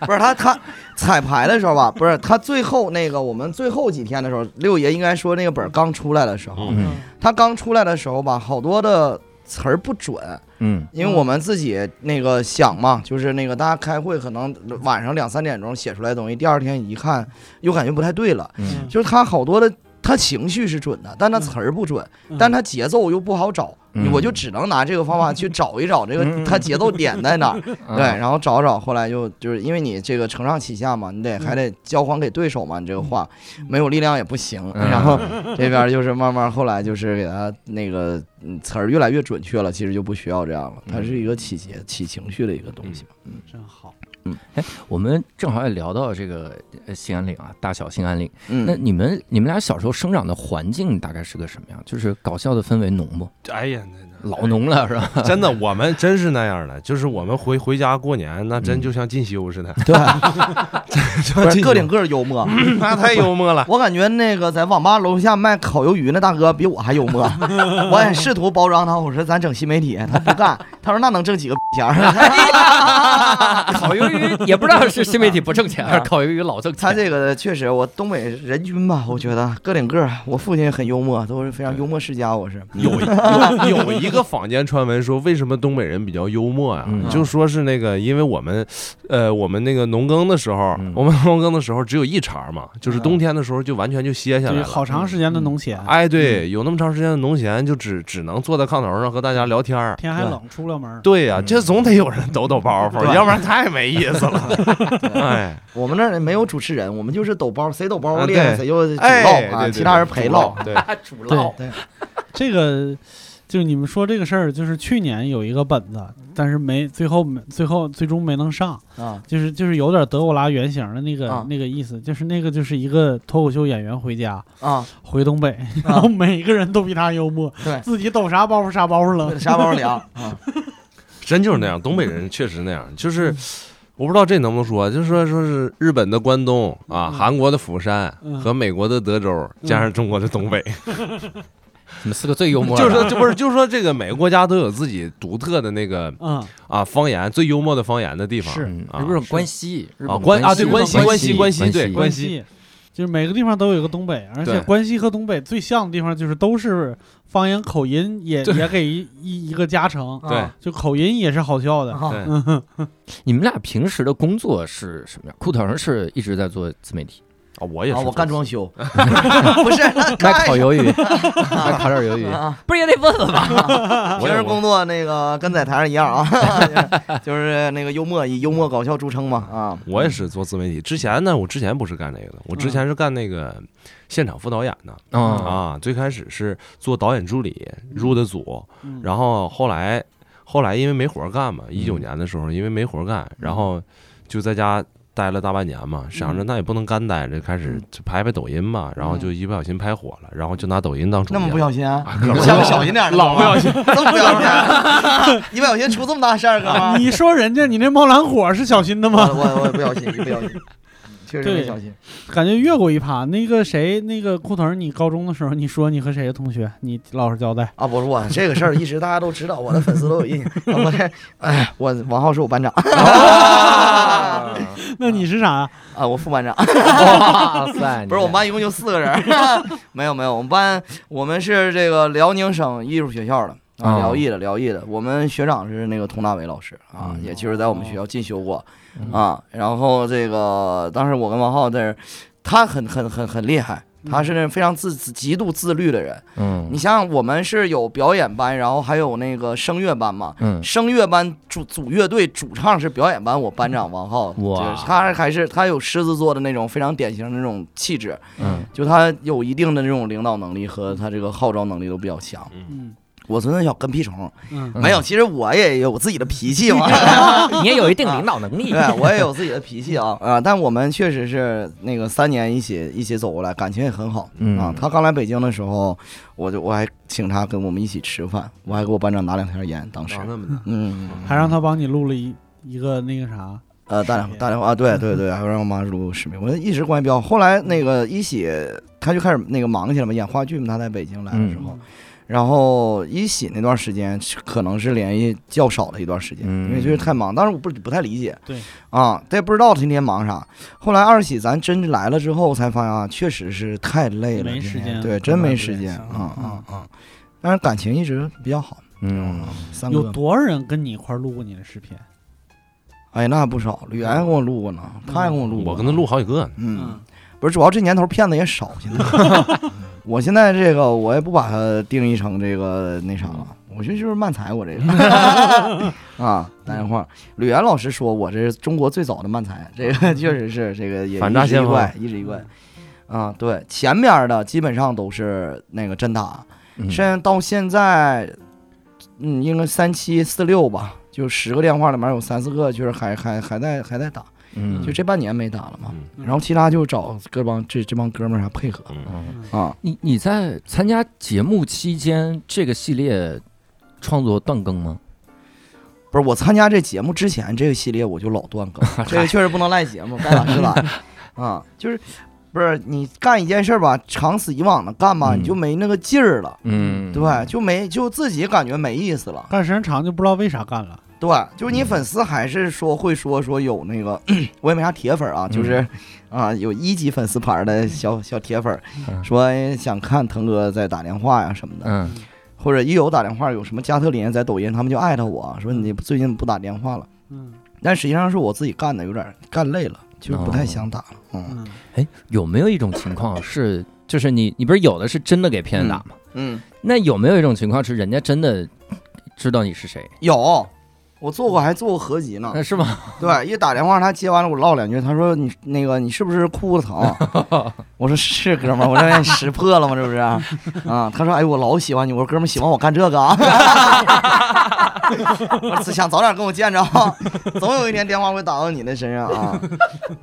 D: 不是他他彩排的时候吧，不是他最后那个我们最后几天的时候，六爷应该说那个本儿刚出来的时候，
C: 嗯
D: 他刚出来的时候吧，好多的词儿不准，
A: 嗯
D: 因为我们自己那个想嘛，就是那个大家开会，可能晚上两三点钟写出来的东西，第二天一看又感觉不太对了。
A: 嗯
D: 就是他好多的，他情绪是准的，但他词儿不准，但他节奏又不好找，
A: 嗯
D: 我就只能拿这个方法去找一找这
A: 嗯
D: 个他节奏点在哪儿，
C: 嗯
D: 对，
A: 啊
D: 然后找找，后来就就是因为你这个承上启下嘛，你得还得交还给对手嘛，你这个话没有力量也不行，
A: 嗯
D: 然后这边就是慢慢后来就是给他那个嗯词儿越来越准确了，其实就不需要这样了，
A: 嗯
D: 它是一个起节起情绪的一个东西嘛，嗯
B: 真好，
A: 我们正好也聊到这个呃兴安岭啊，大小兴安岭。
D: 嗯，
A: 那你们你们俩小时候生长的环境大概是个什么样？就是搞笑的氛围浓不？
C: 哎呀，
A: 老浓了是 吧？
C: 真的，我们真是那样的，就是我们回回家过年，那真就像进修似的，
A: 对，
D: 不是个顶个儿幽默。
C: 那太幽默 了。
D: 我感觉那个在网吧楼下卖烤鱿鱼那大哥比我还幽 默，我也试图包装他，我说咱整新媒体，他不 干，他说那能挣几个钱儿？
A: 烤鱿鱼也不知道是新媒体不挣钱，还是烤鱿鱼老挣
D: 他
A: 钱。
D: 这个确实，我东北人均吧，我觉得个顶个儿，我父亲也很幽默，都是非常幽默世家，我是。
C: 有有有一个坊间传闻说，为什么东北人比较幽默呀、
A: 嗯
C: 就说是那个，因为我们，呃，我们那个农耕的时候，
A: 嗯
C: 我们农耕的时候只有一茬嘛，就是
D: 嗯
C: 冬天的时候就完全就歇下来
A: 嗯
B: 对，
C: 了。
B: 好长时间的农闲，
C: 哎，对，有那么长时间的农闲，就只只能坐在炕头上和大家聊天儿。
B: 天还冷，出不了门儿，
C: 对呀、
A: 嗯
C: 这总得有人抖抖包袱，
D: 对
C: 要不然太没意 思了。哎，
D: 我们那儿没有主持人，我们就是抖包，谁抖包
C: 啊
D: 厉害
C: 对
D: 谁就主
C: 哎，
D: 唠
C: 对
D: 啊，
C: 对
D: 其他人
C: 对
D: 陪唠。
C: 对，
A: 哎主
B: 对
A: 唠，
B: 这个。就是你们说这个事儿，就是去年有一个本子，但是没最后没最后最终没能上，
D: 啊，
B: 就是就是有点德古拉原型的那个、
D: 啊
B: 那个意思，就是那个就是一个脱口秀演员回家
D: 啊，
B: 回东北，然后每个人都比他幽默，
D: 对
B: 自己抖啥包袱啥包袱了，
D: 啥包聊啊？
C: 真就是那样，东北人确实那样，就是。我不知道这能不能说，啊就是说说是日本的关东啊，
B: 嗯
C: 韩国的釜山
B: 嗯
C: 和美国的德州，加上中国的 东北，
A: 你们四个最幽默的。
C: 就是说，就不是，就是说这个每个国家都有自己独特的那个
B: 嗯，
C: 啊方言，最幽默的方言的地方。
B: 是
A: 嗯
C: 啊
A: 日本关西，日
C: 啊
A: 本
C: 关啊
A: 西
C: 对
B: 关西
A: 关
C: 关西关西对关
B: 关
C: 西
B: 西，就是每个地方都有一个东北，而且
C: 对
B: 关西和东北最像的地方就是都是方言口音也
C: 对
B: 也给一一一个加成，
C: 对
D: 啊
B: 就口音也是好笑的。
D: 啊
C: 对
A: 你们俩平时的工作是什么样？库腾是一直在做自媒 体，
C: 啊，我也是
D: 啊，我干
C: 中
D: 装 修，不是
A: 卖
D: 卖
A: 烤鱿 鱼，卖烤点鱿鱼，
D: 啊。
A: 不是也得问问吧？
C: 我
D: 平
C: 也
D: 时工作那个跟在台上一样啊， 就是那个幽默以幽默搞笑著称嘛啊。
C: 我也是做自媒体。之前呢，我之前不是干这个的，我
D: 嗯
C: 之前是干那个现场副导演的、
A: 啊，
C: 啊。最开始是做导演助理入的组，
B: 嗯
C: 然后后来后来因为没活儿干嘛，一九年的时候因为没活儿干，然后就在家待了大半年嘛，想着那也不能干待着，开始就拍拍抖音吧，然后就一不小心拍火了，然后就拿抖音当主
D: 那么不
C: 业。
D: 小心啊，
C: 哥们儿
D: 下回小心点儿，老不小心， 这么不小心 啊，一不小心出这么大事儿，哥们儿
B: 你说人家你那冒蓝火是小心的
D: 我
B: 吗？
D: 我我不小心，一不小心。确实没
B: 对
D: 小心。
B: 感觉越过一趴。那个谁，那个裤头，你高中的时候，你说你和谁的同学？你老实交代。
D: 啊，不是我这个事儿，一直大家都知道，我的粉丝都有 印象。我这，哎，我王浩是我班 长
A: 啊
B: 那你是啥？
D: 啊，我副班长，
A: 哇塞！
D: 不是我们班一共就四个人儿， 没有没有，我们班我们是这个辽宁省艺术学校的。啊，
A: 哦
D: 辽艺的，辽艺的，我们学长是那个佟大为老师啊，
A: 嗯
D: 也就是在我们学校进修过
A: 嗯
D: 啊。然后这个当时我跟王浩在这儿，他很很很很厉害，他是那非常自自极度自律的人。
A: 嗯
D: 你想想，我们是有表演班，然后还有那个声乐班嘛，
A: 嗯
D: 声乐班主组乐队主唱是表演班，我班长王浩，
A: 哇
D: 就是他还是他有狮子座的那种非常典型的那种气质，
A: 嗯
D: 就他有一定的那种领导能力和他这个号召能力都比较强。
B: 嗯
D: 我存在小跟屁虫，
B: 嗯
A: 嗯
D: 没有，其实我也有自己的脾 气嘛，
A: 你也有一定领导能力。
D: 对我也有自己的脾气啊 啊！但我们确实是那个三年一起一起走过来，感情也很好
A: 嗯
D: 啊。他刚来北京的时候，我就我还请他跟我们一起吃饭，我还给我班长拿两条烟，当时
C: 哦长那么大，
D: 嗯。
B: 还让他帮你录了一一个那个啥？
D: 呃，大连大连啊，对对对，还有让我妈录视频，我一直关系比较好。后来那个一喜，她就开始那个忙起来嘛，演话剧嘛，她在北京来的时候，然后一喜那段时间可能是联系较少的一段时间，
A: 嗯
D: 因为就是太忙。当时我不不太理解，
B: 对
D: 啊，但也不知道天天忙啥。后来二喜咱真来了之后，才发现啊，确实是太累了，
B: 没
D: 天天
B: 时间
D: 对，
B: 了
D: 真没
B: 不
D: 时
B: 联
D: 间
B: 系了
D: 啊啊
B: 嗯
D: 啊！但是感情一直比较好，
A: 嗯，
D: 三
B: 有
D: 哥，
B: 多少人跟你一块儿录过你的视频？
D: 哎，那不少，吕岩跟我录过呢，他也跟我录过，
C: 我跟他录，啊好几个呢。
D: 嗯。，不是，主要这年头骗子也少，现在。 我现在这个我也不把它定义成这个那啥了，我觉得就是慢才，我这 个啊，打电话。吕岩老师说我这是中国最早的慢才，这个确实是这个也
C: 嗯反
D: 一
C: 诈
D: 直
C: 先
D: 一
C: 锋
D: 怪，一直一怪。啊，对，前面的基本上都是那个真打，
A: 嗯
D: 甚至到现在，嗯，应该三七四六吧，就十个电话里面有三四个就是还还还在还在打，
A: 嗯
D: 就这半年没打了嘛。
C: 嗯
D: 然后其他就找各帮这这帮哥们儿啥配合
C: 嗯，
A: 嗯
D: 啊。
A: 你你在参加节目期间，这个系列创作断更吗？
D: 不是我参加这节目之前，这个系列我就老 断更，这个确实不能赖节目，该咋是咋啊。就是不是你干一件事儿吧，长此以往的干吧，
A: 嗯
D: 你就没那个劲儿了，
A: 嗯
D: 对吧，就没就自己感觉没意思了，
B: 干时间长就不知道为啥干了。
D: 对吧，
A: 嗯
D: 就是你粉丝还是说会说说有那个， 我也没啥铁粉
A: 嗯
D: 啊，就是啊有一级粉丝牌的小小铁粉儿
A: 嗯
D: 说哎想看腾哥在打电话呀什么的，
A: 嗯
D: 或者一有打电话有什么加特林在抖音，他们就艾特我说你最近不打电话了，
B: 嗯
D: 但实际上是我自己干的，有点干累了，就是不太想打了。嗯
B: 嗯，
A: 哎，有没有一种情况是，就是你你不是有的是真的给骗子打吗？
D: 嗯，
A: 那有没有一种情况是人家真的知道你是谁？
D: 有，我做过还做过合
C: 啊
D: 集呢。
A: 那是吗？
D: 对，一打电话他接完了，我唠两句，他说你那个你是不是裤子疼？ 我说是哥们儿，我这也识破了吗？这不是啊？他说哎我老喜欢你，我说哥们儿喜欢我干这个啊。 我只想早点跟我见着，总有一天电话会打到你的身上啊！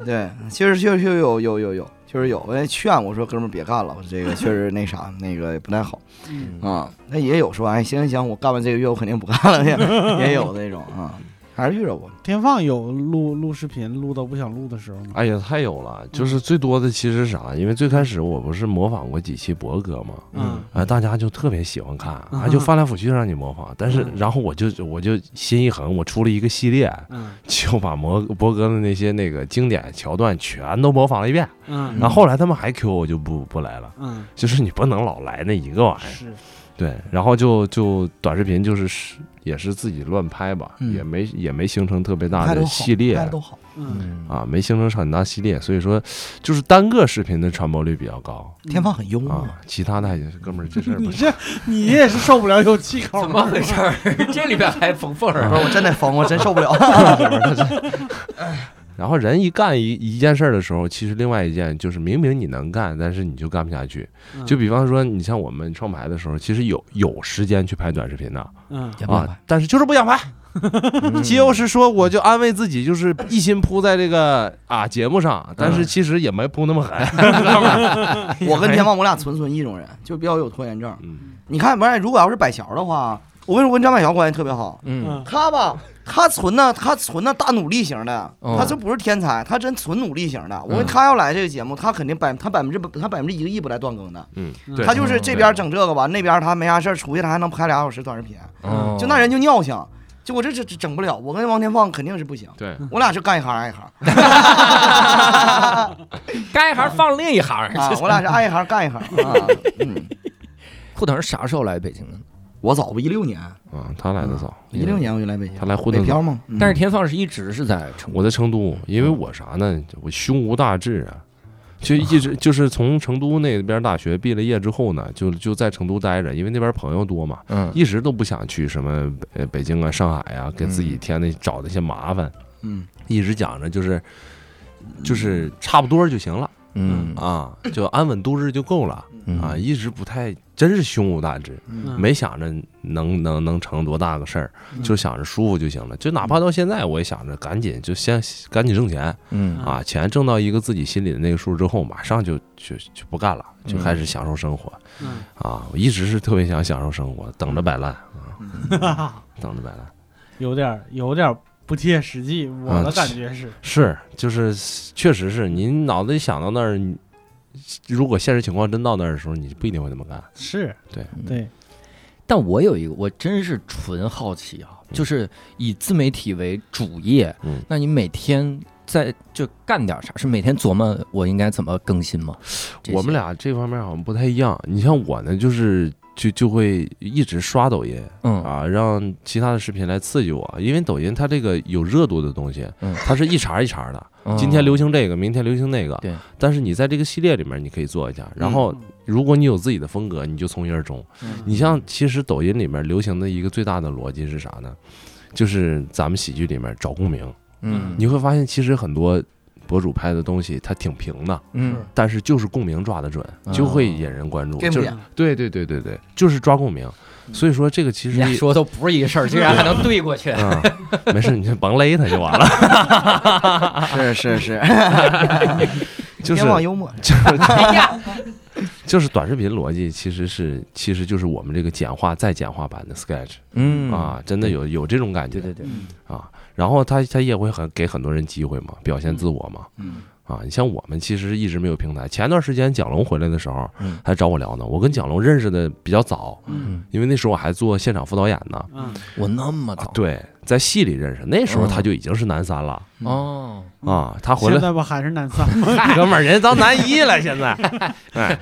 D: 对，确实确实确实有有有有，确实有。我也劝我说哥们儿别干了，我这个确实那啥那个也不太好
B: 嗯
D: 啊。那也有说哎行行行，我干完这个月我肯定不干了，也也有那种啊，还是遇着过。
B: 天放有录录视频录到不想录的时候吗？
C: 哎呀，太有了！就是最多的其实是啥？因为最开始我不是模仿过几期博哥嘛，
B: 嗯
C: 啊，大家就特别喜欢看，啊，
B: 嗯
C: 就翻来覆去让你模仿。但是
B: 嗯，
C: 然后我就我就心一横，我出了一个系列，
B: 嗯
C: 就把摩博哥的那些那个经典桥段全都模仿了一遍。
B: 嗯
C: 然后后来他们还 Q 我就不不来了，
B: 嗯，
C: 就是你不能老来那一个玩意儿。
B: 是
C: 对，然后就就短视频就是是也是自己乱拍吧，
D: 嗯
C: 也没也没形成特别大
D: 拍
C: 的
D: 都好
C: 系列
D: 拍都好。
B: 嗯
A: 啊，
C: 啊，没形成很大系列，所以说就是单个视频的传播率比较高
D: 天放很幽默，
C: 啊，其他的还行。哥们儿这事儿
B: 你
C: 不
B: 这你也是受不了有气口
A: 怎么
B: 吗？
A: 回事儿？ 啊这里边还缝缝儿
D: 不是我真得疯，我真受不 了。
C: 然后人一干一一件事儿的时候，其实另外一件就是明明你能干，但是你就干不下去。
B: 嗯
C: 就比方说，你像我们创牌的时候，其实有有时间去拍短视频的
B: 嗯
A: 也不嗯好吧
C: 啊，但是就是不想拍。就是说，我就安慰自己，就是一心扑在这个啊节目上，但是其实也没扑那么狠。
D: 哎我跟天放，我俩纯纯一种人，就比较有拖延症。
C: 嗯，
D: 你看，不然如果要是百乔的话，我为什么跟张柏乔关系特别好？
A: 嗯，
D: 他吧，他纯呢，他纯呢大努力型的，
A: 哦
D: 他这不是天才，他真纯努力型的。我
A: 嗯
D: 跟他要来这个节目，他肯定百他百分之他百分之一个亿不来断更的，
C: 嗯，
B: 嗯
C: 对，
D: 他就是
A: 嗯
D: 这边整这个吧，那边他没啥事儿出去，他还能拍俩小时短视频，
C: 嗯
A: 哦
D: 就那人就尿性，就我这这这整不了，我跟王天放肯定是不行。
C: 对，
D: 我俩是干一行爱一行
A: 干一行放另一行。
D: 啊，我俩是爱一行干一行啊。嗯，
A: 裤腾啥时候来北京的？
D: 我早不一六年，
C: 啊，他来的早，
D: 嗯一六，年我就来北京
C: 他，来胡
D: 北
C: 同
D: 漂嘛。嗯
A: 但是天放是一直是在成都
C: 我在成都，因为我啥呢？我胸无大志啊，就一直就是从成都那边大学毕了业之后呢，就就在成都待着，因为那边朋友多嘛，
A: 嗯
C: 一直都不想去什么北北京啊、上海啊，给自己添那找那些麻烦，
D: 嗯，
C: 一直讲着就是就是差不多就行了
A: 嗯
C: 啊，就安稳度日就够了
A: 嗯
C: 啊，一直不太真是胸无大志，
B: 嗯
C: 没想着能能能成多大个事儿，
B: 嗯
C: 就想着舒服就行了。就哪怕到现在，我也想着赶紧就先赶紧挣钱
A: 嗯
C: 啊，钱挣到一个自己心里的那个数之后，马上就就就不干了，
A: 嗯
C: 就开始享受生活
B: 嗯
C: 啊。我一直是特别想享受生活，等着摆烂，
D: 嗯
C: 等着摆烂。
B: 有点儿有点儿不切实际，我的感觉是，
C: 是，就是确实是你脑子里想到那儿，你如果现实情况真到那儿的时候，你不一定会这么干。
B: 是，
C: 对嗯
B: 对，
A: 但我有一个，我真是纯好奇啊，就是以自媒体为主业，
C: 嗯
A: 那你每天在就干点啥？是每天琢磨我应该怎么更新吗？这些
C: 我们俩这方面好像不太一样。你像我呢，就是就就会一直刷抖音，
A: 嗯
C: 啊，让其他的视频来刺激我，因为抖音它这个有热度的东西，
A: 嗯
C: 它是一茬一茬的，
A: 嗯
C: 今天流行这个，明天流行那个，
A: 对。嗯
C: 但是你在这个系列里面，你可以做一下，然后如果你有自己的风格，你就从一而终。
B: 嗯
C: 你像其实抖音里面流行的一个最大的逻辑是啥呢？就是咱们喜剧里面找共鸣，
A: 嗯
C: 你会发现其实很多博主拍的东西它挺平的，
A: 嗯
C: 但是就是共鸣抓得准，就会引人关注。
D: 给
C: 就是
D: 脸
C: 对对对对对，就是抓共鸣。所以说这个其实
A: 人家说都不是一个事儿，竟然还能对过去。
C: 啊，没事，你就甭勒他就完了。
D: 是是是，
C: 就是
D: 天网幽默，
A: 哎呀，
C: 就是短视频逻辑，其实是其实就是我们这个简化再简化版的 Sketch
A: 嗯
C: 啊，，真的有有这种感
A: 对
C: 觉
A: 对对，
B: 嗯
C: 啊。然后他他也会很给很多人机会嘛，表现自我嘛
D: 嗯
C: 啊。你像我们其实一直没有平台，前段时间蒋龙回来的时候
A: 嗯
C: 还找我聊呢，我跟蒋龙认识的比较早，
B: 嗯
C: 因为那时候我还做现场副导演呢。
B: 嗯
A: 我那么
C: 啊
A: 早，
C: 对，在戏里认识，那时
A: 嗯
C: 候他就已经是男三了
A: 哦，
C: 啊。他回来
B: 嗯
C: 哎
B: 现在不还是男三 吗？
C: 哥们 儿，人家当男一了，现在。哎，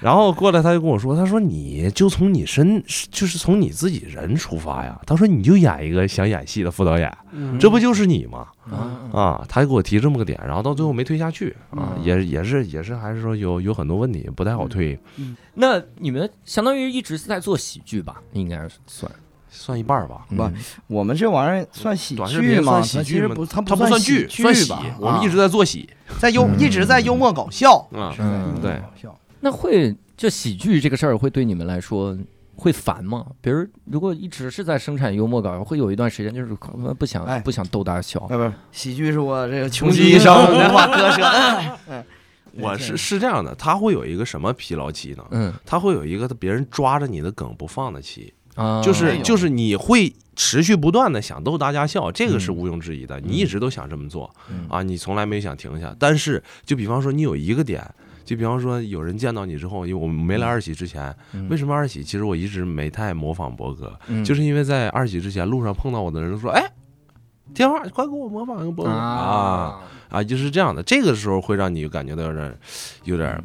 C: 然后过来他就跟我说，他说你就从你身，就是从你自己人出发呀。他说你就演一个想演戏的副导演，
B: 嗯
C: 这不就是你吗？
A: 啊
C: 啊，他就给我提这么个点，然后到最后没推下去啊，
A: 嗯
C: 也也是也是还是说有有很多问题不太好推，
A: 那你们相当于一直是在做喜剧吧？应该是算
C: 算一半吧。
A: 嗯
D: 不我们这玩意儿算喜
C: 短视
D: 剧
C: 频
D: 吗？
C: 算喜
D: 它其
C: 剧
D: 实
C: 吗
D: 不，它
C: 它
D: 不
C: 算
D: 喜
C: 算喜
D: 吧？，
C: 我们一
D: 啊
C: 直在做喜
D: 在幽
A: 嗯
D: 一直在幽默搞笑，
C: 啊。
D: 是在幽默
A: 嗯
C: 对
D: 搞笑。
A: 那会就喜剧这个事儿，会对你们来说会烦吗？比如，如果一直是在生产幽默感，会有一段时间就是不想、
D: 哎
A: 不想逗大家笑。
D: 不不，喜剧是我这个
C: 穷
D: 穷
C: 极
D: 极
C: 一
D: 一
C: 生
D: 生无法割舍。嗯
C: 我是是这样的，他会有一个什么疲劳期呢？
A: 嗯
C: 他会有一个别人抓着你的梗不放的期。
A: 啊，
C: 就是
D: 哎呦
C: 就是你会持续不断的想逗大家笑，这个是毋庸置疑的，你一直都想这么做
A: 嗯
C: 啊，你从来没想停下。但是就比方说你有一个点。就比方说，有人见到你之后，因为我没来二喜之前，为什么二喜？其实我一直没太模仿博哥，
A: 嗯
C: 就是因为在二喜之前，路上碰到我的人都说：“哎，天花，快给我模仿一个博哥啊
A: 啊，
C: 啊！”就是这样的，这个时候会让你感觉到有点，有点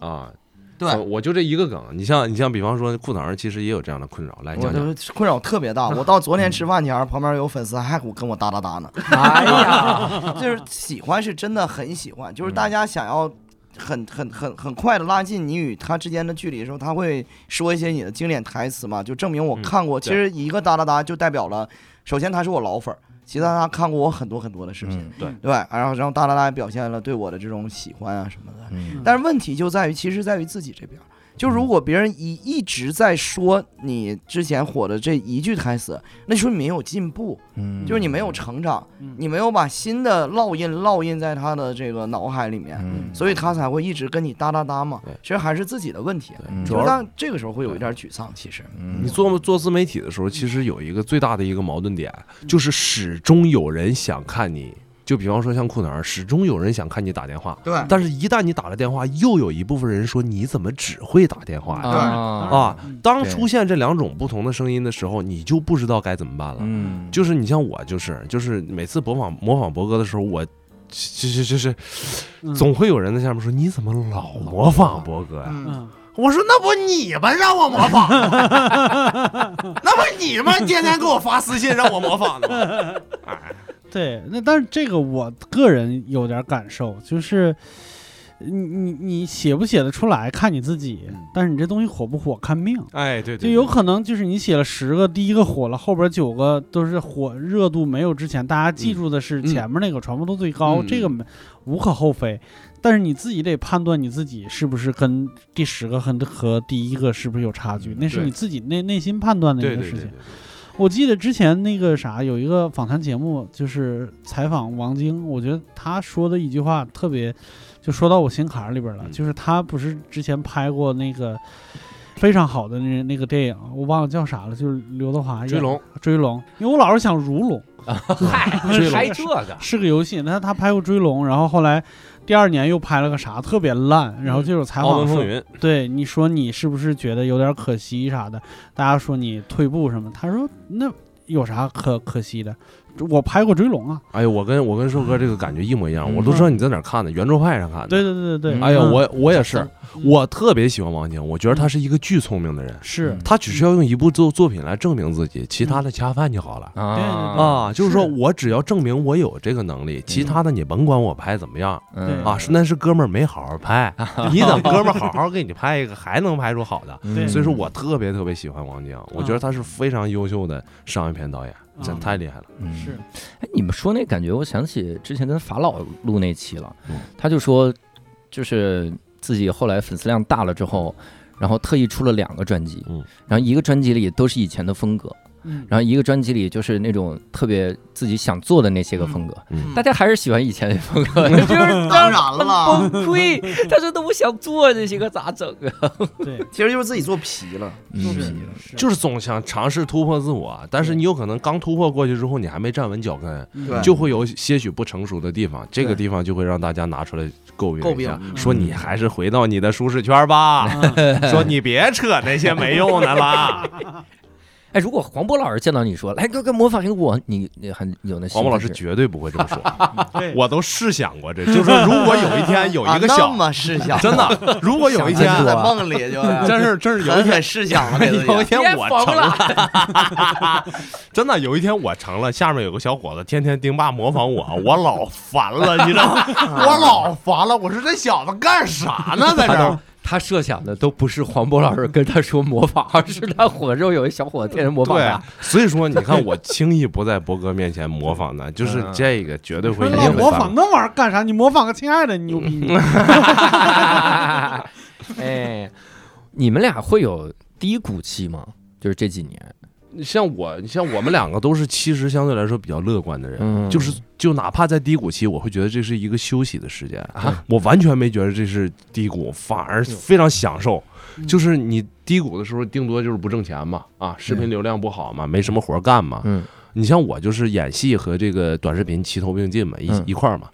C: 啊，
D: 对
C: 我，我就这一个梗。你像你像，比方说裤裆，其实也有这样的困扰。来
D: 我
C: 讲讲，
D: 的困扰特别大。我到昨天吃饭前儿，旁边有粉丝还跟我哒哒哒呢。
A: 哎呀，
D: 就是喜欢是真的很喜欢，就是
C: 嗯
D: 大家想要很很很很快的拉近你与他之间的距离的时候，他会说一些你的经典台词嘛，就证明我
C: 嗯
D: 看过。其实一个哒哒哒就代表了，首先他是我老粉儿，其次他看过我很多很多的视频，
A: 嗯
D: 对吧，然后然后哒哒哒也表现了对我的这种喜欢啊什么的。
A: 嗯
D: 但是问题就在于，其实在于自己这边儿。就如果别人一一直在说你之前火的这一句台词，那说明你没有进步，
A: 嗯
D: 就是你没有成长，
B: 嗯
D: 你没有把新的烙印烙印在他的这个脑海里面，
A: 嗯
D: 所以他才会一直跟你哒哒哒嘛
C: 对。
D: 其实还是自己的问题，啊
A: 嗯
C: 对，主
D: 就是
C: 要
D: 但这个时候会有一点沮丧。其实，
A: 嗯
C: 你做做自媒体的时候，其实有一个最大的一个矛盾点，就是始终有人想看你。就比方说像库南，始终有人想看你打电话，
D: 对
C: 但是一旦你打了电话，又有一部分人说你怎么只会打电话呀？
A: 啊
C: 啊
B: 嗯
C: 当
A: 对
C: 出现这两种不同的声音的时候，你就不知道该怎么办了。
A: 嗯
C: 就是你像我，就是就是每次模仿模仿博哥的时候，我是是是是，
B: 嗯
C: 总会有人在下面说你怎么老模仿博哥呀？
D: 嗯，
B: 嗯
C: 我说那不你们让我模仿的吗，那 不你们天天给我发私信让我模仿的吗？
B: 对，那但是这个我个人有点感受，就是你你你写不写得出来看你自己，但是你这东西火不火看命。
C: 哎，嗯对
B: 就
C: 对，
B: 有可能就是你写了十个，第一个火了，后边九个都是火热度没有之前，大家记住的是
C: 嗯
B: 前面那个传播度最高，
C: 嗯
B: 这个没无可厚非。但是你自己得判断你自己是不是跟第十个和和第一个是不是有差距，那是
C: 嗯对
B: 你自己内内心判断的
C: 对
B: 一
C: 对
B: 个
C: 对
B: 事
C: 对
B: 情。我记得之前那个啥，有一个访谈节目，就是采访王晶，我觉得他说的一句话特别，就说到我心坎儿里边了。
C: 嗯
B: 就是他不是之前拍过那个非常好的那那个电影，我忘了叫啥了，就是刘德华演
C: 追龙，
B: 追龙，因为我老是想如龙
A: 嗨，还这个，
B: 是个游戏，但他拍过追龙，然后后来第二年又拍了个啥特别烂，然后就有采
C: 澳
B: 访
C: 门
B: 说
C: 嗯风，云，
B: 对你说你是不是觉得有点可惜啥的？大家说你退步什么？他说那有啥可可惜的？我拍过追龙啊，
C: 哎呦，我跟我跟寿哥这个感觉一模一样，
A: 嗯
C: 我都知道你在哪儿看的，圆桌派上看的。
B: 对对对对对，
C: 哎呀，
B: 嗯
C: 我我也是，
B: 嗯
C: 我特别喜欢王晶，我觉得他是一个巨聪明的人，
B: 是
C: 他只需要用一部作作品来证明自己，其他的恰饭就好了。
A: 啊
C: 啊，就是说
B: 是
C: 我只要证明我有这个能力，其他的你甭管我拍怎么样
A: 嗯
C: 啊，是那是哥们儿没好好拍，你等哥们儿好好给你拍一个，还能拍出好的。
B: 对
A: 嗯
C: 所以说我特别特别喜欢王晶，我觉得他是非常优秀的商业片导演，
B: 嗯
C: 真太厉害了。
B: 啊是
C: 嗯
A: 哎，你们说那感觉，我想起之前跟法老录那期了
C: 嗯，
A: 他就说，就是自己后来粉丝量大了之后，然后特意出了两个专辑
C: 嗯，
A: 然后一个专辑里都是以前的风格，
B: 嗯
A: 然后一个专辑里就是那种特别自己想做的那些个风格，
C: 嗯
A: 大家还是喜欢以前的风 格，就是
D: 当然了，
A: 崩溃。他说：“那我想做这些个咋整啊
B: 对，
D: 其实就是自己做皮了，
A: 嗯
D: 做皮
B: 是
D: 了。
B: 是
C: 就是总想尝试突破自我，但是你有可能刚突破过去之后，你还没站稳脚跟，
B: 嗯
D: 对
C: 就会有些许不成熟的地方，这个
D: 对
C: 地方就会让大家拿出来
D: 诟
C: 诟病一
D: 病
C: 下，
D: 嗯
C: 说你还是回到你的舒适圈吧， 说你别扯那些没用的啦。！”
A: 哎，如果黄渤老师见到你说：“来，哥哥模仿一个我，你你很有那心
C: 黄渤老师
A: 就是
C: 绝对不会这么说，
B: 对
C: 我都试想过这，就是说如果有一天有一个
D: 啊那
C: 小，
D: 么试想，
C: 真的，如果有一天
A: 想太，多
D: 在梦里就
C: 真 是真是有一
D: 狠
C: 天
D: 狠试想了，这都已经
C: 有一天
A: 别
C: 我
A: 缝
C: 成
A: 了
C: 了，真的有一天我成了，下面有个小伙子天天盯爸模 仿我，我老烦了，你知道吗？我老烦了，我说这小子干啥呢，在这
A: 他
C: 儿
A: 都。他设想的都不是黄渤老师跟他说模仿，而是他火之后有一小伙子天天模仿
C: 对啊
A: 他。，
C: 所以说你看，我轻易不在博哥面前模仿的，就是
A: 嗯
C: 这个绝 对会
B: 说
C: 影
B: 老
C: 响
B: 模仿那玩意儿干啥？你模仿个亲爱的，你牛逼！
A: 哎，你们俩会有低谷期吗？就是这几年，
C: 像我，像我们两个都是其实相对来说比较乐观的人，
A: 嗯
C: 就是就哪怕在低谷期，我会觉得这是一个休息的时间，
A: 啊
C: 我完全没觉得这是低谷，反而
A: 哎
C: 非常享受。
B: 嗯
C: 就是你低谷的时候，顶多就是不挣钱嘛，啊，视频流量不好嘛，没什么活儿干嘛。
A: 嗯
C: 你像我，就是演戏和这个短视频齐头并进嘛，一、
A: 嗯
C: 一块儿嘛，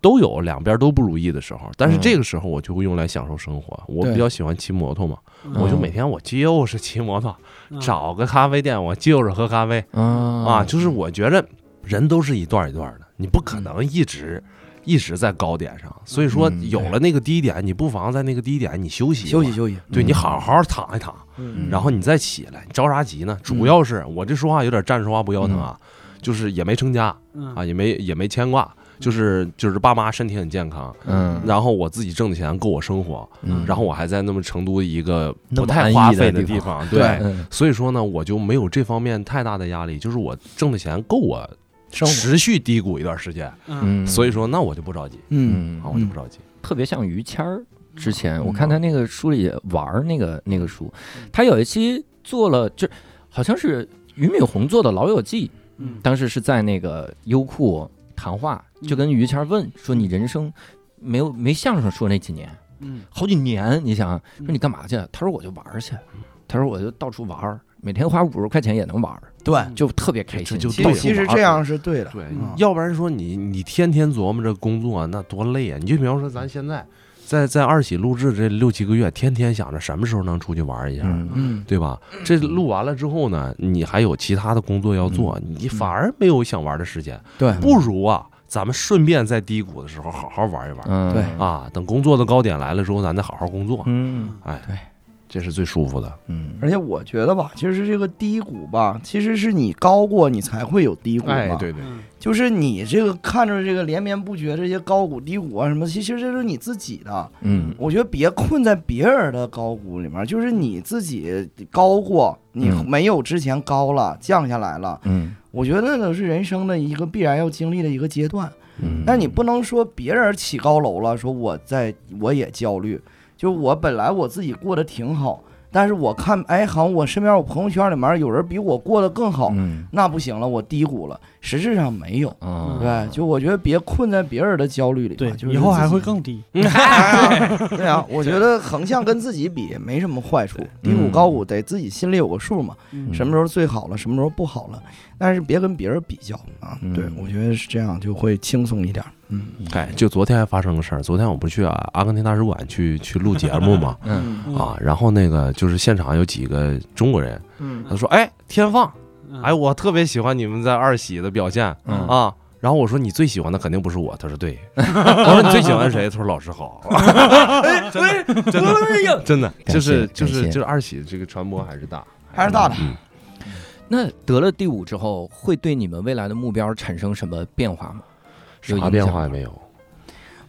C: 都有两边都不如意的时候。但是
A: 嗯
C: 这个时候，我就会用来享受生活。我
A: 对
C: 比较喜欢骑摩托嘛，
A: 嗯
C: 我就每天我就是骑摩托，
B: 嗯
C: 找个咖啡店，我就是喝咖啡啊。
A: 啊
C: 就是我觉着人都是一段一段的，你不可能一直。一直在高点上，所以说
A: 嗯
C: 有了那个低点，你不妨在那个低点你休息一
D: 休
C: 会
D: 息
C: 儿，
D: 休息，
C: 对
A: 嗯
C: 你好好躺一躺，
A: 嗯
C: 然后你再起来，你着啥急呢？主要是我这说话有点站着说话不腰
A: 嗯
C: 疼啊，就是也没成家
B: 嗯
C: 啊，也没也没牵挂，就是就是爸妈身体很健康，
A: 嗯，
C: 然后我自己挣的钱够我生活，
A: 嗯
C: 然后我还在那么成都一个
A: 那么
C: 不太
A: 安逸
C: 花
A: 的
C: 费
A: 地
C: 地
A: 方
C: 方，
D: 对
C: 对，
A: 嗯
C: 所以说呢，我就没有这方面太大的压力，就是我挣的钱够我
A: 生活
C: 持续低谷一段时间，
B: 嗯
A: 嗯，
C: 所以说那我就不着急
A: 嗯
C: 啊，我就不着急，
A: 特别像于谦儿，之前，我看他那个书里玩儿那个那个书，他有一期做了，就好像是俞敏洪做的《老友记》，
B: 嗯
A: 当时是在那个优酷谈话，就跟于谦问说：“你人生没有没相声说那几年，
B: 嗯
A: 好几年，你想
B: 嗯
A: 说你干嘛去？”他说：“我就玩儿去。”他说：“我就到处玩儿，每天花五十块钱也能玩儿，
D: 对，
A: 就特别开心。”
C: 就
D: 其
C: 对
D: 实其
C: 了
D: 实这样是对的，
C: 对
A: 哎
B: 嗯，
C: 要不然说你你天天琢磨着工作、那多累啊！你就比方说咱现在在在二喜录制这六七个月，天天想着什么时候能出去玩一下，
A: 嗯，
D: 嗯，
C: 对吧？这录完了之后呢，你还有其他的工作要做，
A: 嗯
C: 你反而没有想玩的时间，
D: 对
C: 不如啊，咱们顺便在低谷的时候好好玩一玩、
A: 嗯，
D: 对
C: 啊！等工作的高点来了之后，咱再好好工作，
A: 嗯
C: 这是最舒服的。
A: 嗯，
D: 而且我觉得吧，其实这个低谷吧，其实是你高过你才会有低谷嘛。
C: 哎对对
B: 嗯
D: 就是你这个看着这个连绵不绝这些高谷低谷啊什么，其实这都是你自己的。
A: 嗯
D: 我觉得别困在别人的高谷里面，就是你自己高过，你
A: 嗯
D: 没有之前高了，降下来了。
A: 嗯
D: 我觉得那个是人生的一个必然要经历的一个阶段。
A: 嗯，
D: 但你不能说别人起高楼了，说我在我也焦虑，就我本来我自己过得挺好，但是我看哎，好像我身边我朋友圈里面有人比我过得更好，
A: 嗯
D: 那不行了，我低谷了。实质上没有，
A: 啊，
D: 对，就我觉得别困在别人的焦虑里吧，
B: 嗯对，
D: 哎就是
B: 以后还
D: 自己
B: 会更低。
D: 对啊，我觉得横向跟自己比没什么坏处，低谷
A: 嗯
D: 高谷得自己心里有个数嘛，
B: 嗯
D: 什么时候最好了，什么时候不好了，但是别跟别人比较啊。
A: 嗯
D: 对，我觉得是这样就会轻松一点。嗯
C: 哎，就昨天还发生个事儿，昨天我不是去、啊、阿根廷大使馆去去录节目嘛，
A: 嗯
B: 嗯
C: 啊，然后那个就是现场有几个中国人，
D: 嗯
C: 他说：“哎，天放，
B: 嗯
C: 哎，我特别喜欢你们在二喜的表现
A: 嗯
C: 啊。”然后我说：“你最喜欢的肯定不是我。”他说：“对。” 我说：“你最喜欢谁？”他说：“老师好。”
A: 哎
D: 哎
C: 真的 真 的真的
A: 谢
C: 就是就
A: 感
C: 是
A: 谢
C: 就是二喜这个传播还是大，
D: 还是大的
C: 嗯
A: 那得了第五之后，会对你们未来的目标产生什么变化吗？有影
C: 啥
A: 响
C: 变化也没有。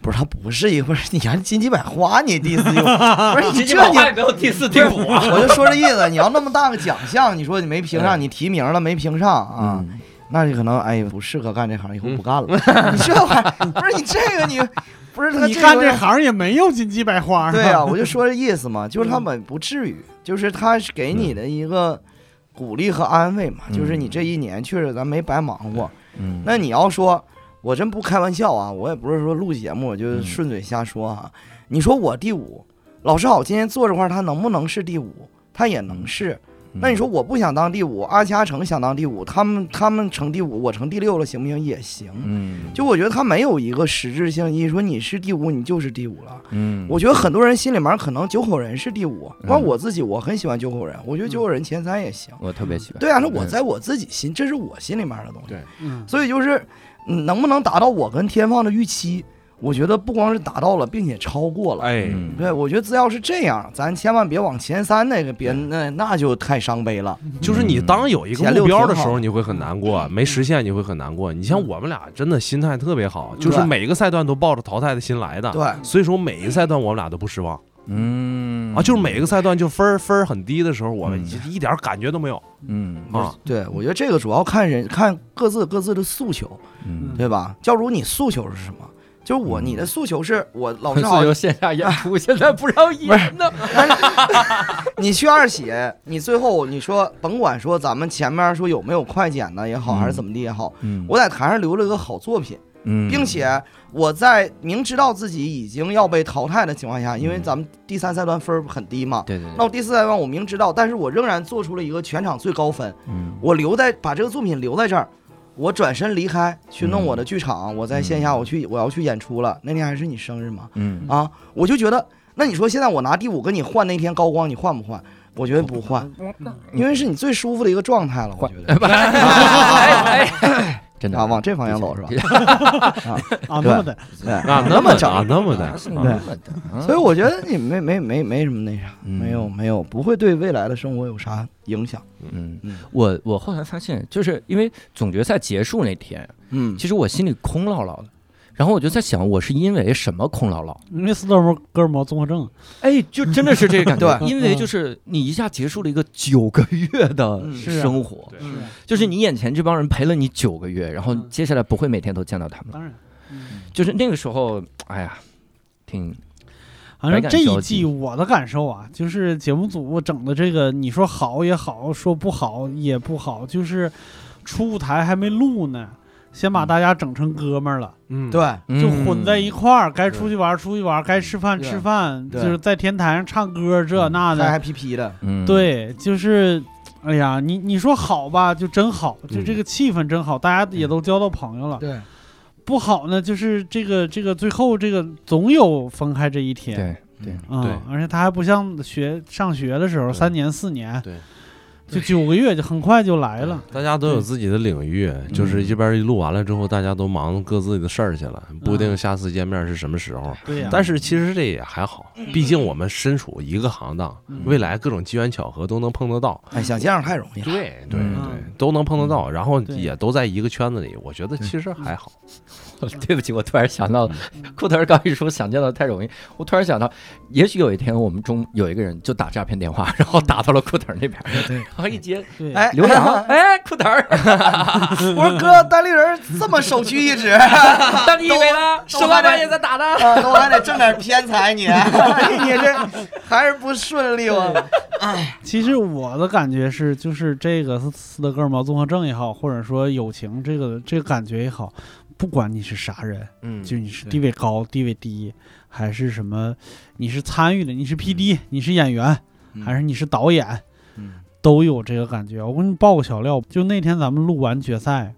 D: 不是，他不是一会儿，你还金鸡百花，你第四 又
A: 啊
D: 不是你这你，
A: 没有第四、
D: 不是我就说这意思，你要那么大个奖项，你说你没评上，你提名了没评上啊？
A: 嗯
D: 那你可能哎不适合干这行，以后不干了。 你这玩意儿不是你这个你不是他
B: 你
D: 嗯个
B: 干 这行也没有金鸡百花啊。
D: 对啊，我就说这意思 嘛，就是他们不至于，就是他是给你的一个鼓励和安慰嘛，就是你这一年确实咱没白忙活。
A: 嗯，
D: 那你要说，我真不开玩笑啊，我也不是说录节目我就
A: 嗯
D: 顺嘴瞎说啊。你说我第五，老师好，今天坐这块儿他能不能是第五？他也能是。
A: 嗯
D: 那你说我不想当第五，阿恰成想当第五，他们他们成第五，我成第六了，行不行？也行。
A: 嗯，
D: 就我觉得他没有一个实质性意义，说你是第五，你就是第五了。
A: 嗯，
D: 我觉得很多人心里面可能九口人是第五，
A: 嗯
D: 光我自己我很喜欢九口人，我觉得九口人前三也行。
A: 我特别喜欢。
D: 对啊，那我在我自己心，这是我心里面的东西。
B: 嗯，
D: 所以就是嗯能不能达到我跟天放的预期，我觉得不光是达到了，并且超过了。
C: 哎，
A: 嗯，
D: 对，我觉得只要是这样，咱千万别往前三那个别那那就太伤悲了。
C: 就是你当有一个
D: 嗯前
C: 目
D: 六
C: 标
D: 挺
C: 的时
D: 好嗯
C: 候，你会很难过，没实现你会很难过。你像我们俩真的心态特别好，就是
D: 对
C: 每个赛段都抱着淘汰的心来的。
D: 对，
C: 所以说每一个赛段我们俩都不失望
A: 嗯
C: 啊，就是每一个赛段就分儿分儿很低的时候，我们
A: 嗯
C: 一一点儿感觉都没有
A: 嗯
C: 啊。
D: 对我觉得这个主要看人看各自各自的诉求，
A: 嗯，
D: 对吧？教主，你诉求是什么？就是我，你的诉求是我老师
C: 嗯
D: 好
A: 自，由线下演出现在啊 不让演呢。
D: 你去二喜，你最后你说甭管说咱们前面说有没有快剪的也好，
A: 嗯
D: 还是怎么地也好，
A: 嗯
D: 我在台上留了一个好作品，
A: 嗯
D: 并且我在明知道自己已经要被淘汰的情况下，因为咱们第三赛段分儿很低嘛，
A: 嗯对对
D: 那
A: 对，
D: 我第四赛段我明知道，但是我仍然做出了一个全场最高分，
A: 嗯
D: 我留在把这个作品留在这儿，我转身离开去弄
A: 嗯
D: 我的剧场，我在线下我去我要去演出了，那天还是你生日嘛，
A: 嗯
D: 啊，我就觉得，那你说现在我拿第五跟你换那天高光，你换不换？我觉得不换，因为是你最舒服的一个状态了，我觉得。
A: 哎哎，真的
D: 啊，往这方 向走是吧？
B: 啊，那么的，
D: 对，
C: 啊，
D: 那么
C: 的
D: 整嗯
C: 啊，那么的啊，
D: 所以我觉得你没没没没什么那啥，
A: 嗯
D: 没有没有，不会对未来的生活有啥影响。
A: 嗯
D: 嗯，
A: 我我后来发现，就是因为总决赛结束那天，
D: 嗯，
A: 其实我心里空落落的。然后我就在想，我是因为什么空落落？
B: 因为斯德摩哥尔摩综合症，啊
A: 哎，就真的是这个感觉，嗯
D: 对
A: 因为就是你一下结束了一个九个月的
D: 嗯
B: 是啊
A: 生活，
C: 对
B: 是
A: 就是你眼前这帮人陪了你九个月，然后
B: 嗯
A: 接下来不会每天都见到他们了，
B: 当然。嗯
A: 就是那个时候，哎呀，挺
B: 反
A: 百
B: 正
A: 感
B: 这
A: 交
B: 一
A: 集
B: 季我的感受啊，就是节目组整的这个，你说好也好，说不好也不好，就是出台还没录呢，先
A: 嗯
B: 把大家整成哥们儿了，
C: 嗯，
D: 对，
B: 就混在一块儿，该
C: 对
B: 出去玩儿出去玩儿，该吃饭
D: 对
B: 吃饭，就
D: 对
B: 是在天台上唱歌这那
D: 还
B: 的，
D: 还皮皮的，
A: 嗯，
B: 对，就是。哎呀，你你说好吧，就真好，就
C: 嗯
B: 这个气氛真好，大家
A: 嗯
B: 也都交到朋友了。
D: 对，
B: 不好呢，就是这个这个最后这个总有分开这一天。
A: 对，对
B: 啊、
C: 对
B: 而且他还不像学上学的时候，
C: 对
B: 三年四年，
C: 对
B: 就九个月就很快就来了。
C: 大家都有自己的领域，
D: 嗯
C: 就是这边一录完了之后，大家都忙各自的事儿去了，不一定下次见面是什么时
D: 嗯
C: 候。
B: 对呀、
C: 但是其实这也还好，毕竟我们身处一个行当，
B: 嗯
C: 未来各种机缘巧合都能碰得到。
D: 哎，想见上太容易了。
C: 对对
A: 嗯
C: 对，都能碰得到，然后
B: 对
C: 也都在一个圈子里，我觉得其实还好。
A: 对不起，我突然想到，
D: 嗯
A: 库特尔刚一说想见到太容易，我突然想到，也许有一天我们中有一个人就打诈骗电话，然后打到了库特尔那边，
D: 嗯
A: 然后一接
B: 对，
D: 哎，
A: 刘 洋，哎，库特尔，
D: 我说哥，单立人这么首屈一指，啊，
A: 但你以为呢？十万八也在打呢。
D: 都还得挣点偏财，你你这还是不顺利我。
B: 其实我的感觉是，就是这个斯斯德哥尔摩综合症也好，或者说友情这个这个感觉也好，不管你是啥人，
C: 嗯
B: 就你是地位高、地位低，还是什么，你是参与的，
C: 嗯
B: 你是 P D，、你是演员，还是你是导演，
D: 嗯
B: 都有这个感觉。我给你爆个小料，就那天咱们录完决赛，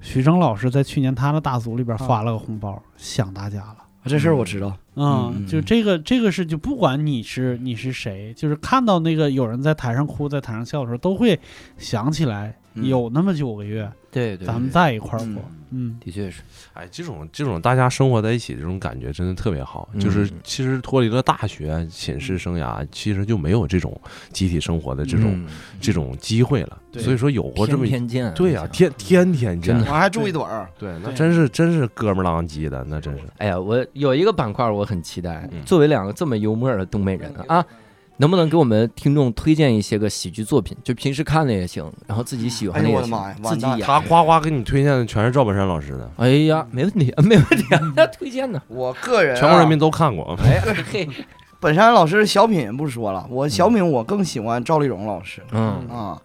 B: 徐峥老师在去年他的大组里边发了个红包，想大家了。
D: 这事儿我知道，
B: 嗯，
D: 嗯
B: 就这个，这个是就不管你是你是谁，就是看到那个有人在台上哭，在台上笑的时候，都会想起来
D: 嗯
B: 有那么九个月，
A: 对对
B: 咱们在一块儿
D: 嗯
B: 过。嗯，
A: 的确是，
C: 哎，这种这种大家生活在一起这种感觉真的特别好。
A: 嗯
C: 就是其实脱离了大学寝室生涯，其实就没有这种集体生活的这
A: 嗯
C: 种、这种机会了。
B: 对
C: 所以说有过这么一
A: 偏见啊，
C: 对呀、天天天见
A: 真，
D: 我还住一盹儿，
C: 对，那
B: 对
C: 真是真是哥们儿浪叽的，那真是。
A: 哎呀，我有一个板块我很期待，
C: 嗯
A: 作为两个这么幽默的东北人
D: 嗯
A: 啊，能不能给我们听众推荐一些个喜剧作品？就平时看的也行，然后自己喜欢的
D: 哎
A: 也
D: 呦我的
A: 行，
D: 妈呀
A: 自
D: 完
A: 己
D: 蛋
A: 演。
C: 他夸夸给你推荐的全是赵本山老师的，
A: 哎呀，没问题， 没问题，啊，那推荐呢？
D: 我个人啊
C: 全国人民都看过。
A: 哎嘿，
D: 本山老师小品不说了，我小品我更喜欢赵丽蓉老师
A: 嗯
D: 啊。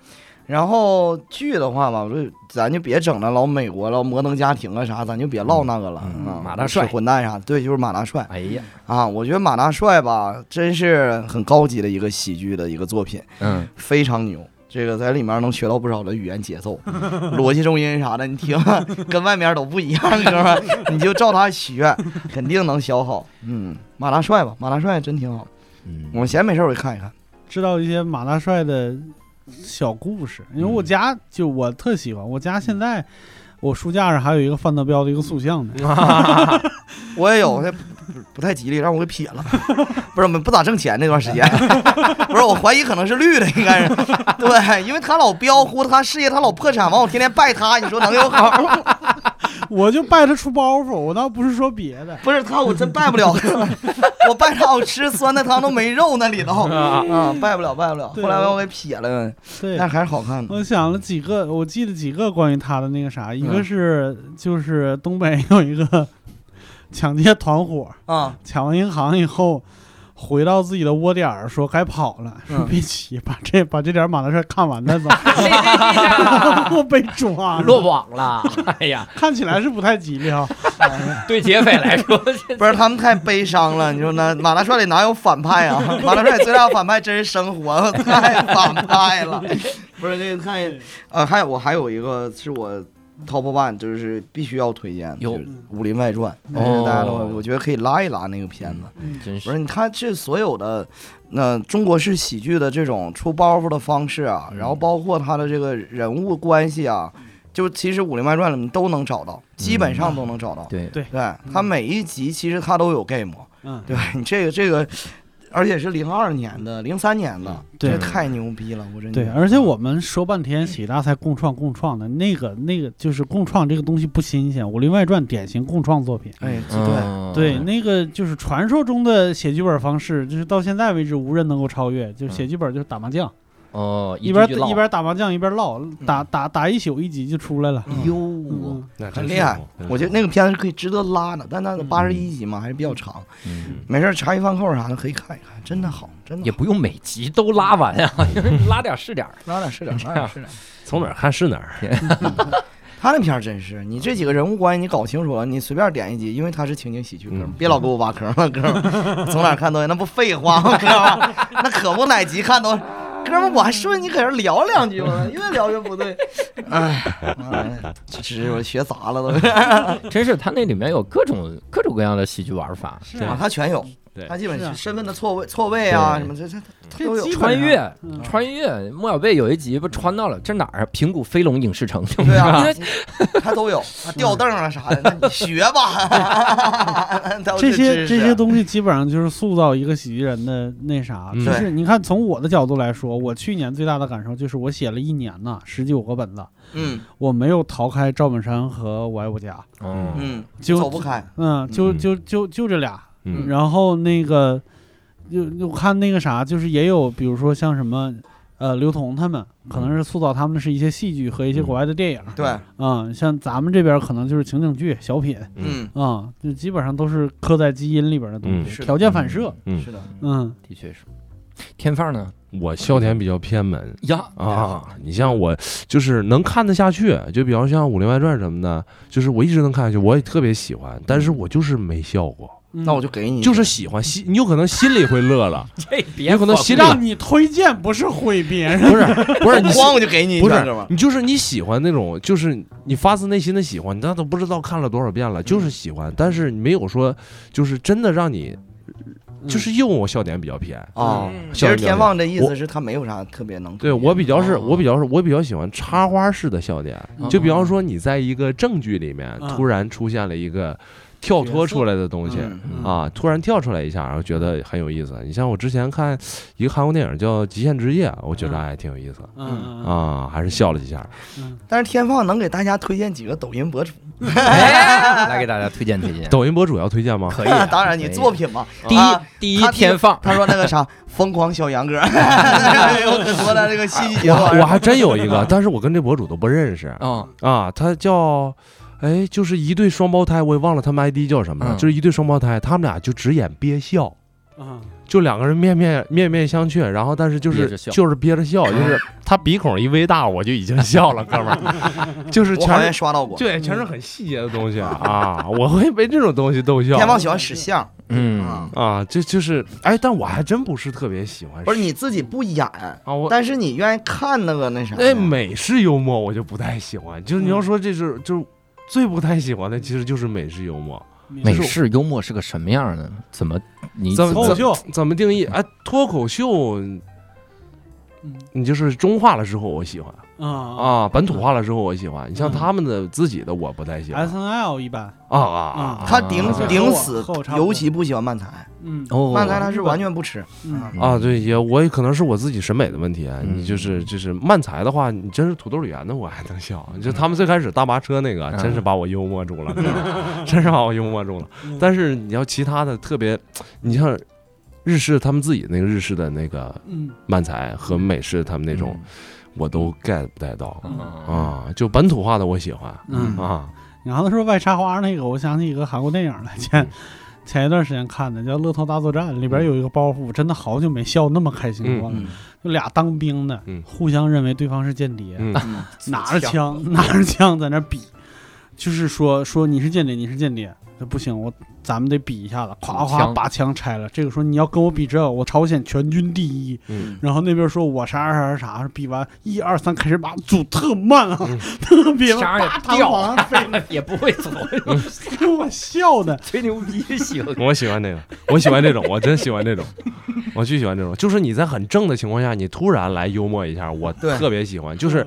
D: 然后剧的话吧，我就咱就别整那老美国了，摩登家庭啊啥，咱就别唠那个了
A: 嗯
D: 啊。
A: 马大帅
D: 是混蛋啥，对，就是马大帅
A: 哎呀，
D: 啊。我觉得马大帅吧，真是很高级的一个喜剧的一个作品，
A: 嗯，
D: 非常牛。这个在里面能学到不少的语言节 奏、逻辑重音啥的，你听 跟外面都不一样，哥们儿， 你就照他学，肯定能学好。嗯，马大帅吧，马大帅真挺好。
A: 嗯
D: 我闲没事儿我就看一看。
B: 知道一些马大帅的小故事，因为我家就我特喜欢，我家现在我书架上还有一个范德彪的一个塑像呢。
D: 我也有，那不不太吉利，让我给撇了。不是，我们不咋挣钱那段时间， 不是，我怀疑可能是绿的，应该是对，因为他老彪呼他事业，他老破产，完我天天拜他，你说能有好？
B: 我就拜他出包袱，我倒不是说别的。
D: 不是他，我真拜不了， 我拜他，我吃酸菜汤都没肉那里头，啊，拜不了，拜不了。
B: 对
D: 后来我给撇了，
B: 对，
D: 但还是好看的。
B: 我想了几个，我记得几个关于他的那个啥，一个
D: 嗯
B: 是就是东北有一个 抢劫团伙，
D: 啊，
B: 抢完银行以后。回到自己的窝点儿，说该跑了，说
D: 嗯
B: 别急，把这把这点儿马大帅看完再走， 我被抓了，
A: 嗯落网了， 哎呀，
B: 看起来是不太吉利啊哈。
A: 对劫匪来说，
D: 不是他们太悲伤了，你说那马大帅里哪有反 派啊？马大帅最大的反派真是生活，太反派了。 不是那个看呃，还有我还有一个是我 top one，就是必须要推荐，
A: 有
D: 就是《武林外传》
A: 哦嗯
D: 就是大家都我觉得可以拉一拉那个片子。
A: 真
D: 不
A: 是
D: 是，你看这所有的，那、中国式喜剧的这种出包袱的方式啊，
A: 嗯
D: 然后包括他的这个人物关系啊，就其实《武林外传》里面都能找到，基本上都能找到。
A: 对，
D: 对，他每一集其实他都有 game，
B: 嗯，
D: 对吧？你这个这个，而且是零二年的、零三年的，
B: 嗯对
D: 这太牛逼了，我真觉
B: 对，
D: 得
B: 而且我们说半天喜剧大赛共创共创的那个那个就是共创这个东西不新鲜，《武林外传》典型共创作品。
D: 哎，对，
A: 嗯
B: 对，那个就是传说中的写剧本方式，就是到现在为止无人能够超越。就是写剧本就是打麻将，
A: 哦，
B: 嗯一边
A: 句句唠
B: 一边打麻将一边唠，打打打一宿一集就出来了。
A: 哟，
B: 嗯，
C: 那
D: 很
C: 真
D: 厉
C: 是
D: 害
C: 哦，真
D: 我觉
C: 是
D: 得那个片子可以值得拉的，但它八十一集嘛，还是比较长。
A: 嗯
D: 没事儿茶余饭后啥的可以看一看，真的好，真的
A: 也
D: 好
A: 不用每集都拉完 呀，拉点儿是点儿。
D: 拉点儿是点儿，拉点儿是点儿。
C: 从哪儿看是哪儿。
D: 他那片儿真是，你这几个人物关系你搞清楚了，你随便点一集，因为他是情景喜剧，哥们儿
C: 嗯
D: 别老给我挖坑了，哥们儿， 从哪儿看都行，那不废话吗？哥们儿，那可不哪集看都，哥们儿，我还顺你搁这儿聊两句吗？越聊越不对，哎，妈呀，这这我学杂 了都，
A: 真是，它那里面有各种各种各样的喜剧玩法，
B: 是
C: 对
D: 啊
B: 啊，
D: 他全有
C: 对，
D: 他基
B: 是啊
D: 本身份的错位错位啊
A: 对
D: 什么这这他
B: 这
D: 都有
B: 基，
A: 穿
B: 本上
A: 越
B: 嗯。
A: 穿越。莫小贝有一集不穿到了这哪儿啊？平谷飞龙影视城。
D: 对啊
A: 因为，
D: 他都有，啊吊凳啊啥的，那你学 吧， 都
B: 这啊
D: 是
B: 些
D: 知识啊
B: 这些东西基本上就是塑造一个喜剧人的那啥，
C: 嗯
B: 就是你看从我的角度来说，我去年最大的感受就是我写了一年呐，十九个本子，
D: 嗯
B: 我没有逃开赵本山和我爱我家，
A: 嗯，
D: 嗯，
B: 就
D: 走不开，
B: 嗯，就
C: 嗯
B: 就就就这俩，
C: 嗯，
B: 然后那个就就看那个啥，就是也有比如说像什么。呃，刘同他们可能是塑造他们的是一些戏剧和一些国外的电影，
D: 对，
B: 嗯，像咱们这边可能就是情景剧、小品，
D: 嗯，
B: 啊、就基本上都是刻在基因里边的东
C: 嗯
B: 西，
D: 是的
B: 条件反射。
C: 嗯
D: 是的，
B: 嗯，
A: 的确是。天放呢？
C: 我笑点比较偏门
A: 呀，
C: 啊，你像我就是能看得下去，就比方像《武林外传》什么的，就是我一直能看下去，我也特别喜欢，但是我就是没笑过，
B: 那
D: 那我就给你，
C: 就是喜欢心，你有可能心里会乐了，
A: 这别
C: 有可能心里
B: 让你推荐，不是毁别人。
C: 不是不是你
D: 光我就给你，
C: 不
D: 你知道
C: 是
D: 吗
C: 你就是你喜欢那种，就是你发自内心的喜欢，你那都不知道看了多少遍了，就是喜欢，但是没有说就是真的让你，就是因为我笑点比较偏，
D: 啊
A: 嗯。
D: 其实天放的意
C: 我
D: 思是他没有啥特别能，
C: 对我比较是，
A: 哦
C: 我比较是，我比较喜欢插花式的笑点。
A: 嗯
C: 就比方说，你在一个正剧里面
B: 哦嗯
C: 突然出现了一个跳脱出来的东西
D: 嗯
B: 嗯
C: 啊，突然跳出来一下，然后觉得很有意思。你像我之前看一个韩国电影叫《极限之夜》，我觉得
B: 嗯
C: 哎挺有意思
B: 嗯嗯
C: 啊，还是笑了几下。
B: 嗯，
D: 但是天放能给大家推荐几个抖音博主，
A: 哎来给大家推荐推荐。
C: 抖音博主要推荐吗？
A: 可以啊，
D: 当然你
A: 可以
D: 作品嘛，
A: 第一
D: 啊
A: 第一
D: 他
A: 天放，
D: 他说那个啥疯狂小杨哥，哎有很多的这个戏剧节
C: 我
D: 目玩意
C: 还
D: 儿，
C: 我还真有一个，但是我跟这博主都不认识
A: 啊嗯
C: 啊，他叫。哎，就是一对双胞胎，我也忘了他们 ID 叫什么了。
A: 嗯
C: 就是一对双胞胎，他们俩就只演憋笑，
B: 嗯
C: 就两个人面面面面相觑，然后但是就
A: 憋
C: 是
A: 着笑
C: 就是憋 着笑，就是他鼻孔一微大，我就已经笑了，哥们儿， 就是
D: 我好
C: 全
D: 像
C: 是
D: 刷到过。
C: 对全是很细节的东西啊啊，我会被这种东西逗笑
D: 天放喜欢使相，
A: 嗯
D: 啊，
C: 啊，这就是哎，但我还真不是特别喜欢，
D: 不是你自己不演，
C: 啊，我
D: 但是你愿意看那个那啥呀。
C: 哎美式幽默我就不太喜欢，就是
D: 嗯
C: 你要说这是就是最不太喜欢的，其实就是美式幽默，
A: 美
B: 术
A: 式幽默是个什么样的？怎么你怎
C: 怎么
B: 脱口
A: 么
B: 秀，
C: 怎么定义？哎，脱口秀
B: 嗯
C: 你就是中化了之后我喜欢。
B: 啊
C: 啊，本土化了之后我喜欢，你
B: 嗯
C: 像他们的自己的我不太喜欢
B: ，S N L 一般，
C: 啊啊
D: 他顶
A: 啊
D: 顶死
B: 和我和我差，不多
D: 尤其不喜欢漫才，
B: 嗯
A: 哦
D: 漫才他是完全不吃。
B: 嗯
C: 啊！对，也我也可能是我自己审美的问题，
A: 嗯
C: 你就是就是漫才的话，你真是土豆儿圆的我还能笑，就他们最开始大巴车那个，
A: 嗯
C: 真是把我幽默住了， 哥们儿真是把我幽默住了。
B: 嗯
C: 但是你要其他的特别，你像日式他们自己那个日式的那个
B: 嗯
C: 漫才和美式他们那
A: 嗯
C: 种，我都 get 不太到
A: 啊
C: 啊，就本土化的我喜欢
B: 嗯，
C: 啊，
B: 然后说外插花那个，我想起一个韩国电影来，前
C: 嗯
B: 前一段时间看的，叫《乐透大作战》，里边有一个包袱，我真的好久没笑那么开心过了，
D: 嗯
B: 就俩当兵的
C: 嗯
B: 互相认为对方是间谍，
C: 嗯
D: 嗯
B: 拿着枪，拿着枪在那比，就是说说你是间谍，你是间谍，那不行，我咱们得比一下子，咵
A: 枪
B: 咵把枪拆了。这个说你要跟我比这，我朝鲜全军第一。
C: 嗯
B: 然后那边说我啥啥啥啥，比完一二三开始把组特慢啊，
C: 嗯
B: 特别
A: 啥
B: 慢，
A: 也
B: 啪弹
A: 掉
B: 往上飞，
A: 也不会走，
B: 给我笑的。
A: 吹牛逼行。
C: 我喜欢这个，我喜欢这种，我真喜欢这种，我巨喜欢这种。就是你在很正的情况下，你突然来幽默一下，我
D: 对
C: 特别喜欢。
B: 嗯
C: 就是，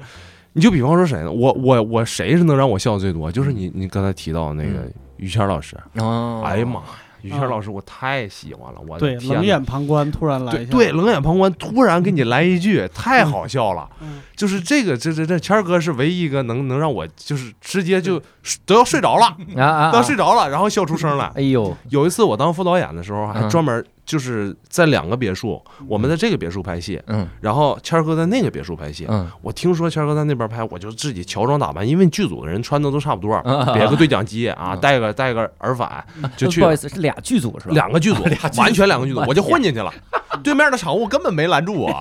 C: 你就比方说谁呢？我我我谁是能让我笑得最多？就是
B: 嗯
C: 你你刚才提到那个
A: 嗯
C: 于谦老师，
A: 哦
C: 哎呀妈呀，于谦老师我太喜欢了，我的
B: 对，
C: 天
B: 冷
C: 哪
B: 眼旁观，突然来
C: 对
B: 一下。
C: 对，冷眼旁观，突然给你来一句，太好笑了。
B: 嗯
C: 就是这个，这这这谦儿哥是唯一一个能能让我就是直接就
B: 嗯
C: 都要睡着了，
A: 啊啊
C: 都要
A: 啊！
C: 睡着了，然后笑出声来
A: 哎。呦，
C: 有一次我当副导演的时候，还
A: 嗯
C: 专门就是在两个别墅，我们在这个别墅拍戏，
A: 嗯
C: 然后谦儿哥在那个别墅拍戏。
A: 嗯
C: 我听说谦儿哥在那边拍，我就自己乔装打扮，因为剧组的人穿的都差不多，
A: 嗯
C: 别个对讲机啊，
A: 嗯
C: 戴个戴个耳返就去
A: 不好意思，是俩剧组是吧？
C: 两个 剧组，完全两个剧组
A: 我，
C: 我就混进去了。对面的场务根本没拦住我，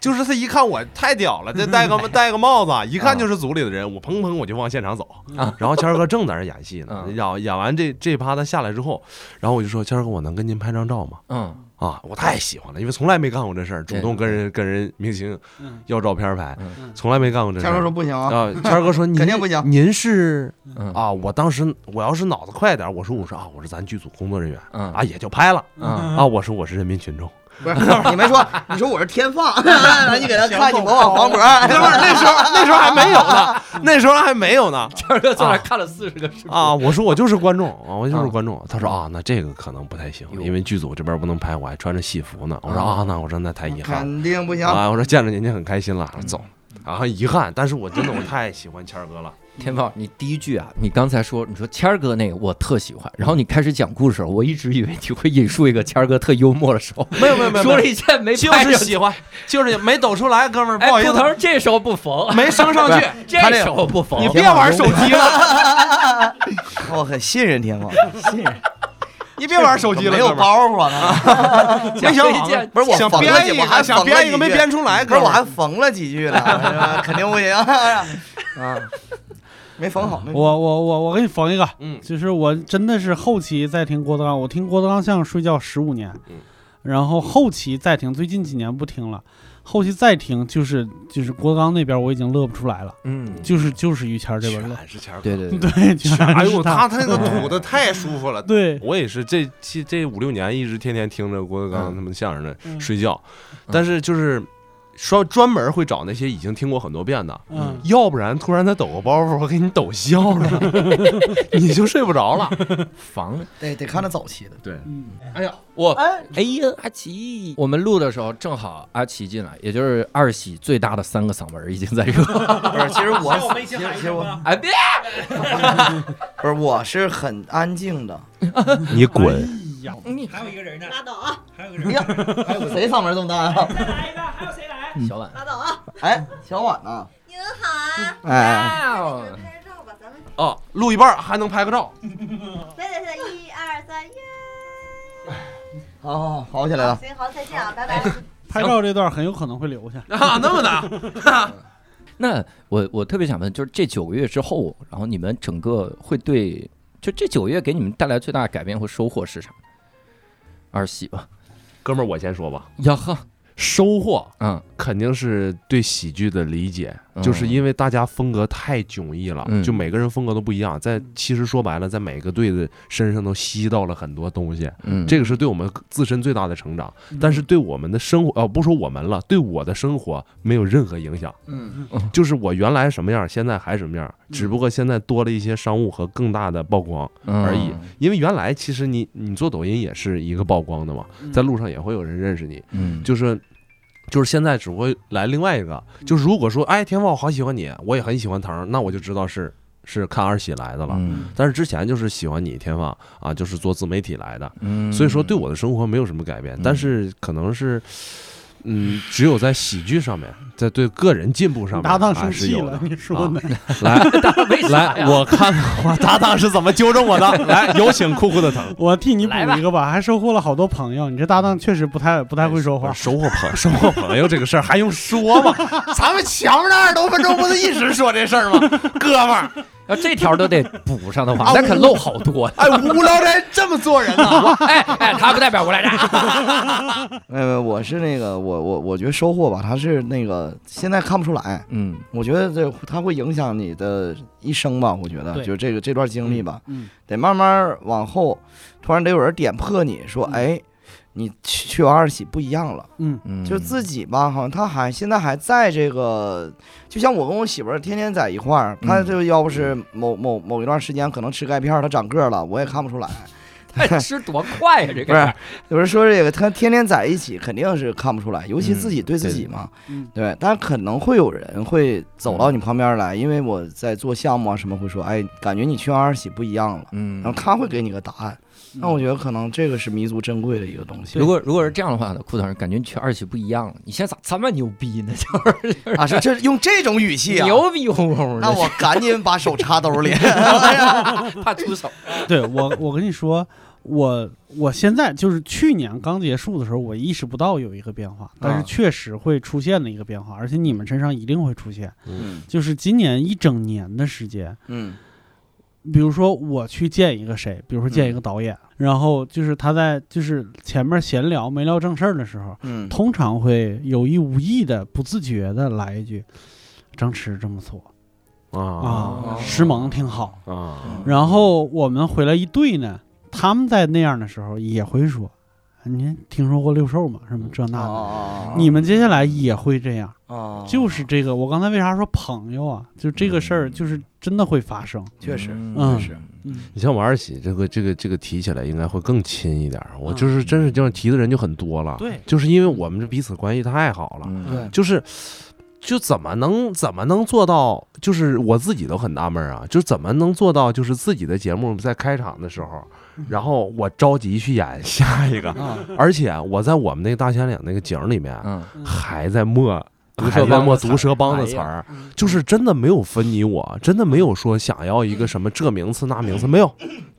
C: 就是他一看我太屌 了，这戴个戴个帽子，一看就是组里的人，我砰砰我就往现场走。然后谦儿哥正在那儿演戏呢，
A: 嗯
C: 演演完这这趴他下来之后，然后我就说谦儿哥，我能跟您拍张照吗？
A: 嗯
C: 啊，我太喜欢了，因为从来没干过这事儿，主
A: 对
C: 动跟人跟人明星
B: 嗯
C: 要照片拍
A: 嗯
B: 嗯，
C: 从来没干过这事
D: 谦儿哥
C: 儿
D: 说。不行啊，
C: 啊，谦儿哥说：“您
D: 肯定不行
C: 您是
A: 嗯
C: 啊，我当时我要是脑子快点儿，我说我说啊，我是咱剧组工作人员
A: 嗯
C: 啊，也就拍了。
A: 嗯
C: 啊，我说我是人民群众，
D: 不是你没说，你说我是天放，然后你给他看你模仿黄
C: 那会
D: 渤，
C: 儿 那时候那时候还没有 呢，那时候还没有 呢。
A: 谦儿哥在那儿看了四十个视频
C: 啊，我说我就是观众啊，我就是
A: 啊
C: 观众。他说啊，那这个可能不太行，
A: 哟
C: 因为剧组这边不能拍，我还穿着戏服呢。我说啊，那我说那太遗憾了
D: 肯定不行。
C: 啊，我说见着您就很开心了，走啊，遗憾。但是我真的我太喜欢谦儿哥了，
A: 天放，你第一句啊，你刚才说你说谦儿哥那个我特喜欢，然后你开始讲故事，我一直以为你会引述一个谦儿哥特幽默的时候，
C: 没有没有没有，
A: 说了一件没
C: 就
A: 拍
C: 是
A: 上去。
C: 喜欢， 就是没抖出来，哥们儿，不好
A: 哎，
C: 意
A: 秃
C: 思，
A: 头这时候哎不缝，
C: 没升上去。
A: 这
D: 他这
C: 哦
A: 时候不缝，
C: 你别玩手机了，
D: 我很信任天放，信任，
C: 你别玩手机了，
D: 没有
C: 哥们儿
D: 包袱啊，
C: 没想好
A: 一件
D: 不是我
C: 想
D: 缝了
C: 编
D: 几
C: 一
D: 我还
C: 个，想
D: 缝了
C: 编一
D: 几
C: 个没
D: 句
C: 编出来，
D: 不是我
C: 哥们
D: 还
C: 儿。
D: 缝了几句呢，是吧肯定不行啊，没缝好，没缝好
B: 我我我我给你缝一个，
C: 嗯
B: 就是我真的是后期在听郭德纲，我听郭德纲相声睡觉十五年，
C: 嗯
B: 然后后期再听，最近几年不听了，后期再听就是就是郭德纲那边我已经乐不出来了，
A: 嗯，
B: 就是就是于谦儿这边乐，
C: 全是谦儿哥。
A: 对对对，
B: 对，全是
C: 哎呦，他
B: 他
C: 他那个吐的太舒服 了。
B: 对，
C: 我也是这期这五六年一直天天听着郭德纲他们相声的
B: 嗯
C: 睡觉，但是就是说专门会找那些已经听过很多遍的，
B: 嗯，
C: 要不然突然他抖个包袱，我给你抖笑了，你就睡不着了。
A: 防
D: 得得看他早期的。
C: 对，
B: 嗯
C: 哎呀，我
A: 哎呀，阿奇，我们录的时候正好阿奇进来，也就是二喜最大的三个嗓门已经在热。
D: 不是，其实
E: 让我
D: 我
E: 们一
D: 其
E: 起
D: 实
E: 喊
D: 其
E: 一
D: 实
E: 声
D: 我
E: 吧。
A: 哎别，
D: 不是我是很安静的，
C: 你滚！
B: 哎呀，
A: 你
E: 还有一个人呢，
F: 拉倒啊，
E: 还有一个人，
D: 谁嗓门这么大呀？
E: 再来一个，还有谁来？
A: 小婉，
F: 拉倒啊！
D: 哎，小婉呢？
F: 您好啊，
D: 哎，
F: 咱们拍张照吧，咱们
C: 哦，录一半还能拍个照，
F: 来来来，一二三，耶！
D: 好好好，好起来了。
F: 行好，再见啊，拜拜。
B: 拍照这段很有可能会留下，
C: 啊，那么的，
A: 那我我特别想问，就是这九个月之后，然后你们整个会对，就这九个月给你们带来最大的改变和收获是啥？二喜吧，
C: 哥们儿，我先说吧，
A: 呀呵，
C: 收获
A: 嗯
C: 肯定是对喜剧的理解，
A: 嗯
C: 就是因为大家风格太迥异了，
A: 嗯
C: 就每个人风格都不一样。在其实说白了，在每个队的身上都吸到了很多东西，
A: 嗯，
C: 这个是对我们自身最大的成长。
B: 嗯
C: 但是对我们的生活，呃，不说我们了，对我的生活没有任何影响。
A: 嗯
C: 就是我原来什么样，现在还什么样，只不过现在多了一些商务和更大的曝光。
A: 嗯
C: 而已因为原来其实你你做抖音也是一个曝光的嘛，
B: 嗯
C: 在路上也会有人认识你，
A: 嗯，
C: 就是就是现在只会来另外一个，就是如果说哎天放我好喜欢你，我也很喜欢腾，那我就知道是是看二喜来的了。
A: 嗯
C: 但是之前就是喜欢你天放啊，就是做自媒体来的，
A: 嗯，
C: 所以说对我的生活没有什么改变
A: 嗯，
C: 但是可能是。嗯，只有在喜剧上面，在对个人进步上面，
B: 搭档
C: 还
B: 生
C: 是
B: 气
C: 有
B: 了
C: 的，。啊
B: 你说呢？
C: 来
A: 为啥
C: 来，
A: 呀？
C: 我看看我搭档是怎么纠正 我的。来，有请酷酷的腾。
B: 我替你补一个吧，还收获了好多朋友。你这搭档确实不太不太会说话
C: 哎不是，收获朋 收获朋友这个事儿还用说吗？咱们前面那二十多分钟不是一直说这事儿吗？ 哥们儿，
A: 要这条都得补上的话，
C: 啊
A: 那可漏好 多。
C: 哎，无聊斋这么做人啊！
A: 哎哎，他不代表我来着。
D: 没有没有，我是那个我我我觉得收获吧，他是那个现在看不出来，
A: 嗯
D: 我觉得这它会影响你的一生吧，我觉得
B: 对
D: 就这个这段经历吧，
B: 嗯
D: 得慢慢往后，突然得有人点破你说，
B: 嗯
D: 哎，你去去完二喜不一样了。
B: 嗯
A: 嗯，
D: 就自己吧，好像他还现在还在这个，就像我跟我媳妇儿天天在一块儿，她
A: 嗯
D: 就要不是某某某一段时间可能吃钙片儿，她长个儿了，我也看不出 来。
A: 哎吃多快呀，这
D: 不是
A: 个，
D: 有人说这个，她天天在一起肯定是看不出来，尤其
A: 嗯
D: 自己对自
A: 对嗯
D: 己嘛，
B: 嗯
D: 对。但可能会有人会走到你旁边来，因为我在做项目啊什么，会说，哎，感觉你去完二喜不一样了，
A: 嗯
D: 然后他会给你个答案，
B: 嗯
D: 那我觉得可能这个是弥足珍贵的一个东西。
A: 如果如果是这样的话呢，裤头感觉你去二喜不一样了。你现在咋这么牛逼呢？就是
D: 啊，是这用这种语气啊，
A: 牛逼哄哄的，
D: 那我赶紧把手插兜里。
A: 怕出手。
B: 对我，我跟你说，我我现在就是去年刚结束的时候，我意识不到有一个变化，但
D: 啊
B: 是确实会出现的一个变化，而且你们身上一定会出现。
D: 嗯
B: 就是今年一整年的时间，
D: 嗯
B: 比如说我去见一个谁，比如说见一个导演，然后就是他在就是前面闲聊没聊正事儿的时候，
D: 嗯，
B: 通常会有意无意的、不自觉的来一句：“张弛真不错啊
C: 啊
A: 哦，
B: 石萌挺好。”
D: 嗯
C: 啊，
B: 然后我们回来一对呢，他们在那样的时候也会说：“您听说过六兽吗？什么这那的。
D: 啊
B: 你们接下来也会这样，
D: 啊，
B: 就是这个。我刚才为啥说朋友啊？就这个事儿，就是真的会发生。
D: 确实
B: 嗯
D: 确实，
B: 嗯，
C: 你像我二喜这个这个这个提起来应该会更亲一点儿，我
B: 嗯
C: 就是真是就是提的人就很多了，
B: 对
C: 就是因为我们这彼此关系太好了，
D: 嗯
B: 对，
C: 就是就怎么能怎么能做到，就是我自己都很纳闷儿啊，就怎么能做到，就是自己的节目在开场的时候
B: 嗯，
C: 然后我着急去演 下一个，
B: 啊，
C: 而且我在我们那个大兴安岭那个景儿里面
A: 嗯，
C: 还在默。
A: 毒
C: 还
A: 蛇帮的词儿
C: 在默毒蛇帮的词
A: 哎
C: 儿，
B: 嗯
C: 就是真的没有分你我，真的没有说想要一个什么这名次那名次，没有，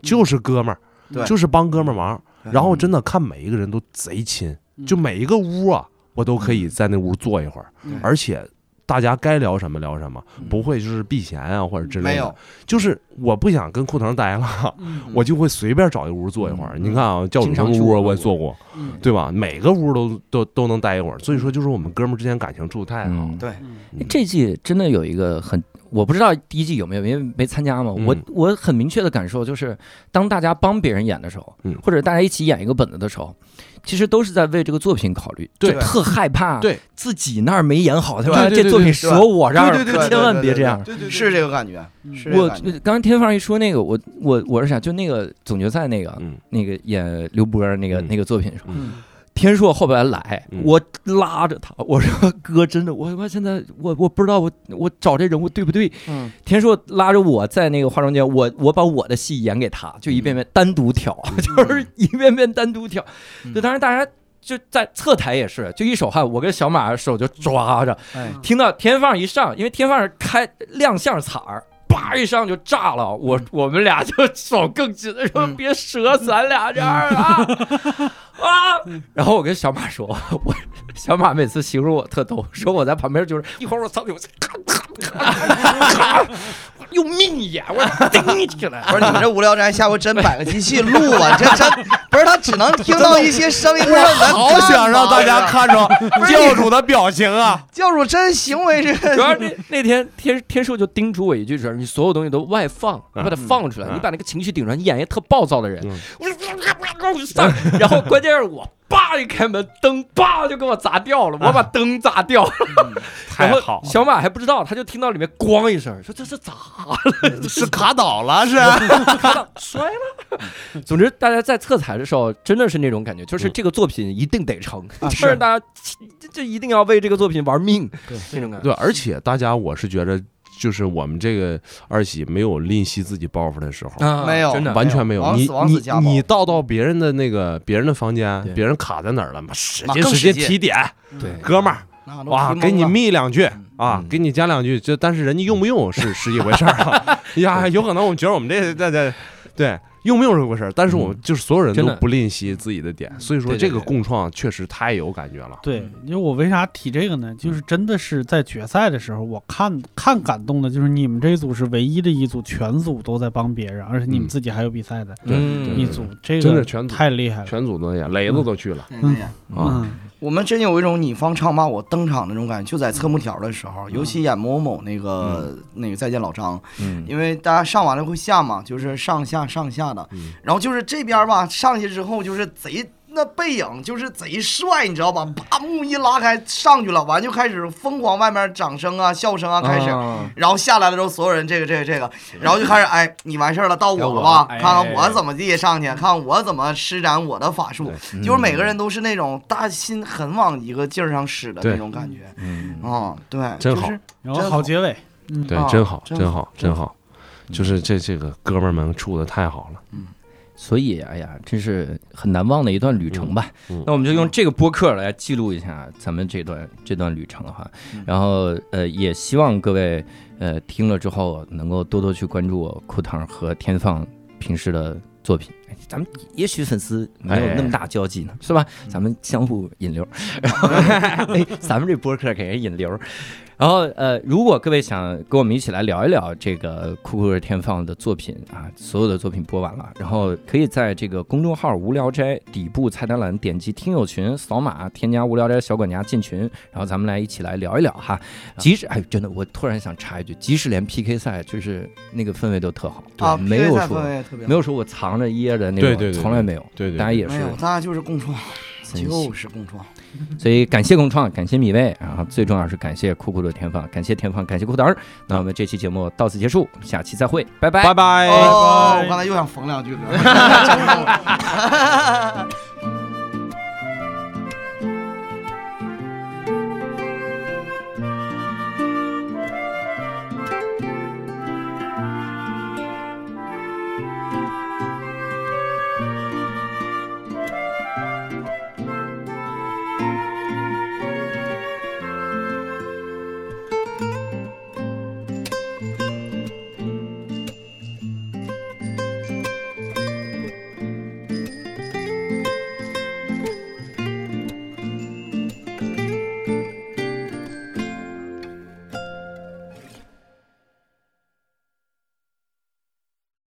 C: 就是哥们
D: 对
C: 儿，就是帮哥们儿忙。然后真
D: 的
C: 的看每一个人都贼亲，
B: 嗯
C: 就每一个屋啊，我都可以在那屋坐一会儿，
B: 嗯
C: 而且大家该聊什么聊什么，
D: 嗯
C: 不会就是避嫌啊或者之
D: 没
C: 类
D: 有
C: 的。，就是我不想跟裤头待了，
B: 嗯
C: 我就会随便找一屋坐一会儿。
A: 嗯
C: 你看啊，叫
A: 经
C: 什
A: 常
C: 么
A: 去
C: 屋啊
A: 我
C: 我也
A: 屋
C: 坐过，
B: 嗯
C: 对吧？每个屋都都都能待一会儿。所以说，就是我们哥们儿之间感情处得太好。
A: 嗯，
D: 对，
B: 嗯
C: 嗯
A: 这季真的有一个很，我不知道第一季有没有，因为没参加嘛。
C: 嗯
A: 我我很明确的感受就是，当大家帮别人演的时候，
C: 嗯
A: 或者大家一起演一个本子的时候，其实都是在为这个作品考虑，
C: 对
A: 就特害怕
C: 对
A: 自己那儿没演好，对吧？
C: 对对对
A: 这作品折我这儿，
D: 对对对对对
A: 千万别这样。
D: 对对，是这个感觉，
B: 嗯
D: 是这
A: 我
D: 个感觉。
A: 刚刚天放一说那个，我我我是啥？就那个总决赛那个，
C: 嗯
A: 那个演刘波儿那个、
C: 嗯
A: 那个作品的时候。
B: 嗯
A: 天硕后边来，
C: 嗯
A: 我拉着他，我说哥，真的，我我现在我我不知道我我找这人物对不对？
D: 嗯，
A: 天硕拉着我在那个化妆间，我我把我的戏演给他，就一遍遍单独挑， 就是一遍遍单独挑。
D: 嗯
A: 就当时大家就在侧台也是，就一手汗，我跟小马手就抓着，
D: 哎，
A: 听到天放一上，因为天放是开亮相彩儿。叭一上就炸了，我我们俩就手更紧的说
D: 嗯
A: 别折咱俩这儿啊啊！然后我跟小马说，我小马每次形容我特逗，说我在旁边就是一会儿我操你，我咔咔咔咔，用命演，我顶起来。
D: 不是你们这无聊斋，下回真摆个机器录啊！这真不是他只能听到一些声音，不知道咱干嘛呀
C: 看着教主的表情啊！
D: 教主真行为这
A: 主要那那天天天寿就叮嘱我一句说，你所有东西都外放，你把它放出来，
C: 嗯
A: 你把那个情绪顶上，你演一个特暴躁的人
C: 嗯，
A: 我我我上，然后关键是我叭一开门，灯叭就给我砸掉了，我把灯砸掉了，然
C: 太好
A: 后，小马还不知道，他就听到里面咣一声，说这是咋了？
C: 是卡倒了是？
A: 看到摔了。总之，大家在测彩的时候，真的是那种感觉，就是
C: 嗯
A: 这个作品一定得成，
B: 啊
A: 就是
B: 是
A: 大家这这一定要为这个作品玩命，那种感觉。
C: 对，而且大家，我是觉得，就是我们这个二喜没有吝惜自己包袱的时候，
A: 啊
D: 没有
A: 真的
C: 完全没
D: 王
C: 有。
D: 子
C: 你
D: 王子
C: 你
D: 家宝嗯
C: 你到到别人的那个别人的房间
A: 对，
C: 别人卡在哪儿了，妈使
D: 那
C: 劲
D: 更哎
C: 使
D: 使
C: 劲
D: 劲
C: 提点，
A: 对
B: 嗯
C: 哥们儿，哇，给你密两句啊
A: 嗯，
C: 给你加两句，这但是人家用不 用是是一回事儿啊。呀，有可能我们觉得我们这这这对。用不用是回事儿，但是
D: 嗯
C: 我们就是所有人
A: 真
C: 都
A: 的
C: 不吝惜自己的点，所以说
A: 对对
C: 这个
A: 对
C: 共创确实太有感觉了。
B: 对，因为我为啥提这个呢？就是真的是在决赛的时候，我看看感动的，就是你们这一组是唯一的一组，全组都在帮别人，而且你们
C: 嗯
B: 自己还有比赛的
C: 对
A: 嗯
C: 对对
B: 一组，这个
C: 真的全组
B: 太厉害了。
C: 全组都演，雷子都去了
D: 嗯
C: 啊！
B: 嗯
D: 我们真有一种你方唱罢我登场那种感觉，就在侧幕条的时候，尤其演某某那个那个再见老张，
A: 嗯
D: 因为大家上完了会下嘛，就是上下上下的，
A: 嗯
D: 然后就是这边吧，上去之后就是贼。那背影就是贼帅，你知道吧？把幕一拉开上去了，完就开始疯狂外面掌声啊、笑声啊开始，
A: 啊
D: 然后下来了之后，所有人这个这个这个，然后就开始哎，你完事儿了，到我了
A: 到我了
D: 吧？
A: 哎嗯
D: 看看我怎么地上去，看看我怎么施展我的法术。
C: 对
D: 就是每个人都是那种大心很往一个劲儿上使的
C: 对
D: 那种感觉。
A: 嗯
D: 嗯，对，
C: 真
D: 就
C: 好
D: 是
B: 然后
D: 真
B: 好
D: 好
B: 结尾，嗯，
C: 对
D: 啊，
C: 真好，
D: 真
C: 真
D: 好嗯
C: 好，
D: 真
C: 真好，就是这这个哥们儿们处的太好了。
A: 所以，哎呀，真是很难忘的一段旅程吧。
C: 嗯嗯
A: 那我们就用这个播客来记录一下咱们这段这段旅程的话，
D: 嗯
A: 然后呃，也希望各位呃听了之后能够多多去关注我裤裆和天放平时的作品。哎咱们也许粉丝没有那么大交集
C: 嗯
A: 呢，是吧？咱们相互引 流，然后哎，咱们这播客给人引流。然后呃，如果各位想跟我们一起来聊一聊这个酷酷的天放的作品啊，所有的作品播完了，然后可以在这个公众号“无聊斋”底部菜单栏点击听友群，扫码添加“无聊斋小管家”进群，然后咱们来一起来聊一聊哈。即使哎，真的，我突然想插一句，即使连 PK 赛，就是那个氛围都特好
D: 啊，
A: 没有
D: PK 赛
A: 说
D: 氛围也特别好
A: 没有说我藏着掖着那种，
C: 对对对
A: 从来没有。
C: 对对，
A: 大家也是
D: 没有，大家就是共创，
A: 真
D: 就
A: 心，
D: 是共创。
A: 所以感谢共创，感谢米未，然后最重要是感谢酷酷的天放，感谢天放，感谢裤裆儿。那我们这期节目到此结束，下期再会，拜拜
D: 哎
B: 哎
D: 哦
C: 拜。拜。
D: 哦，我刚才又想缝两句歌。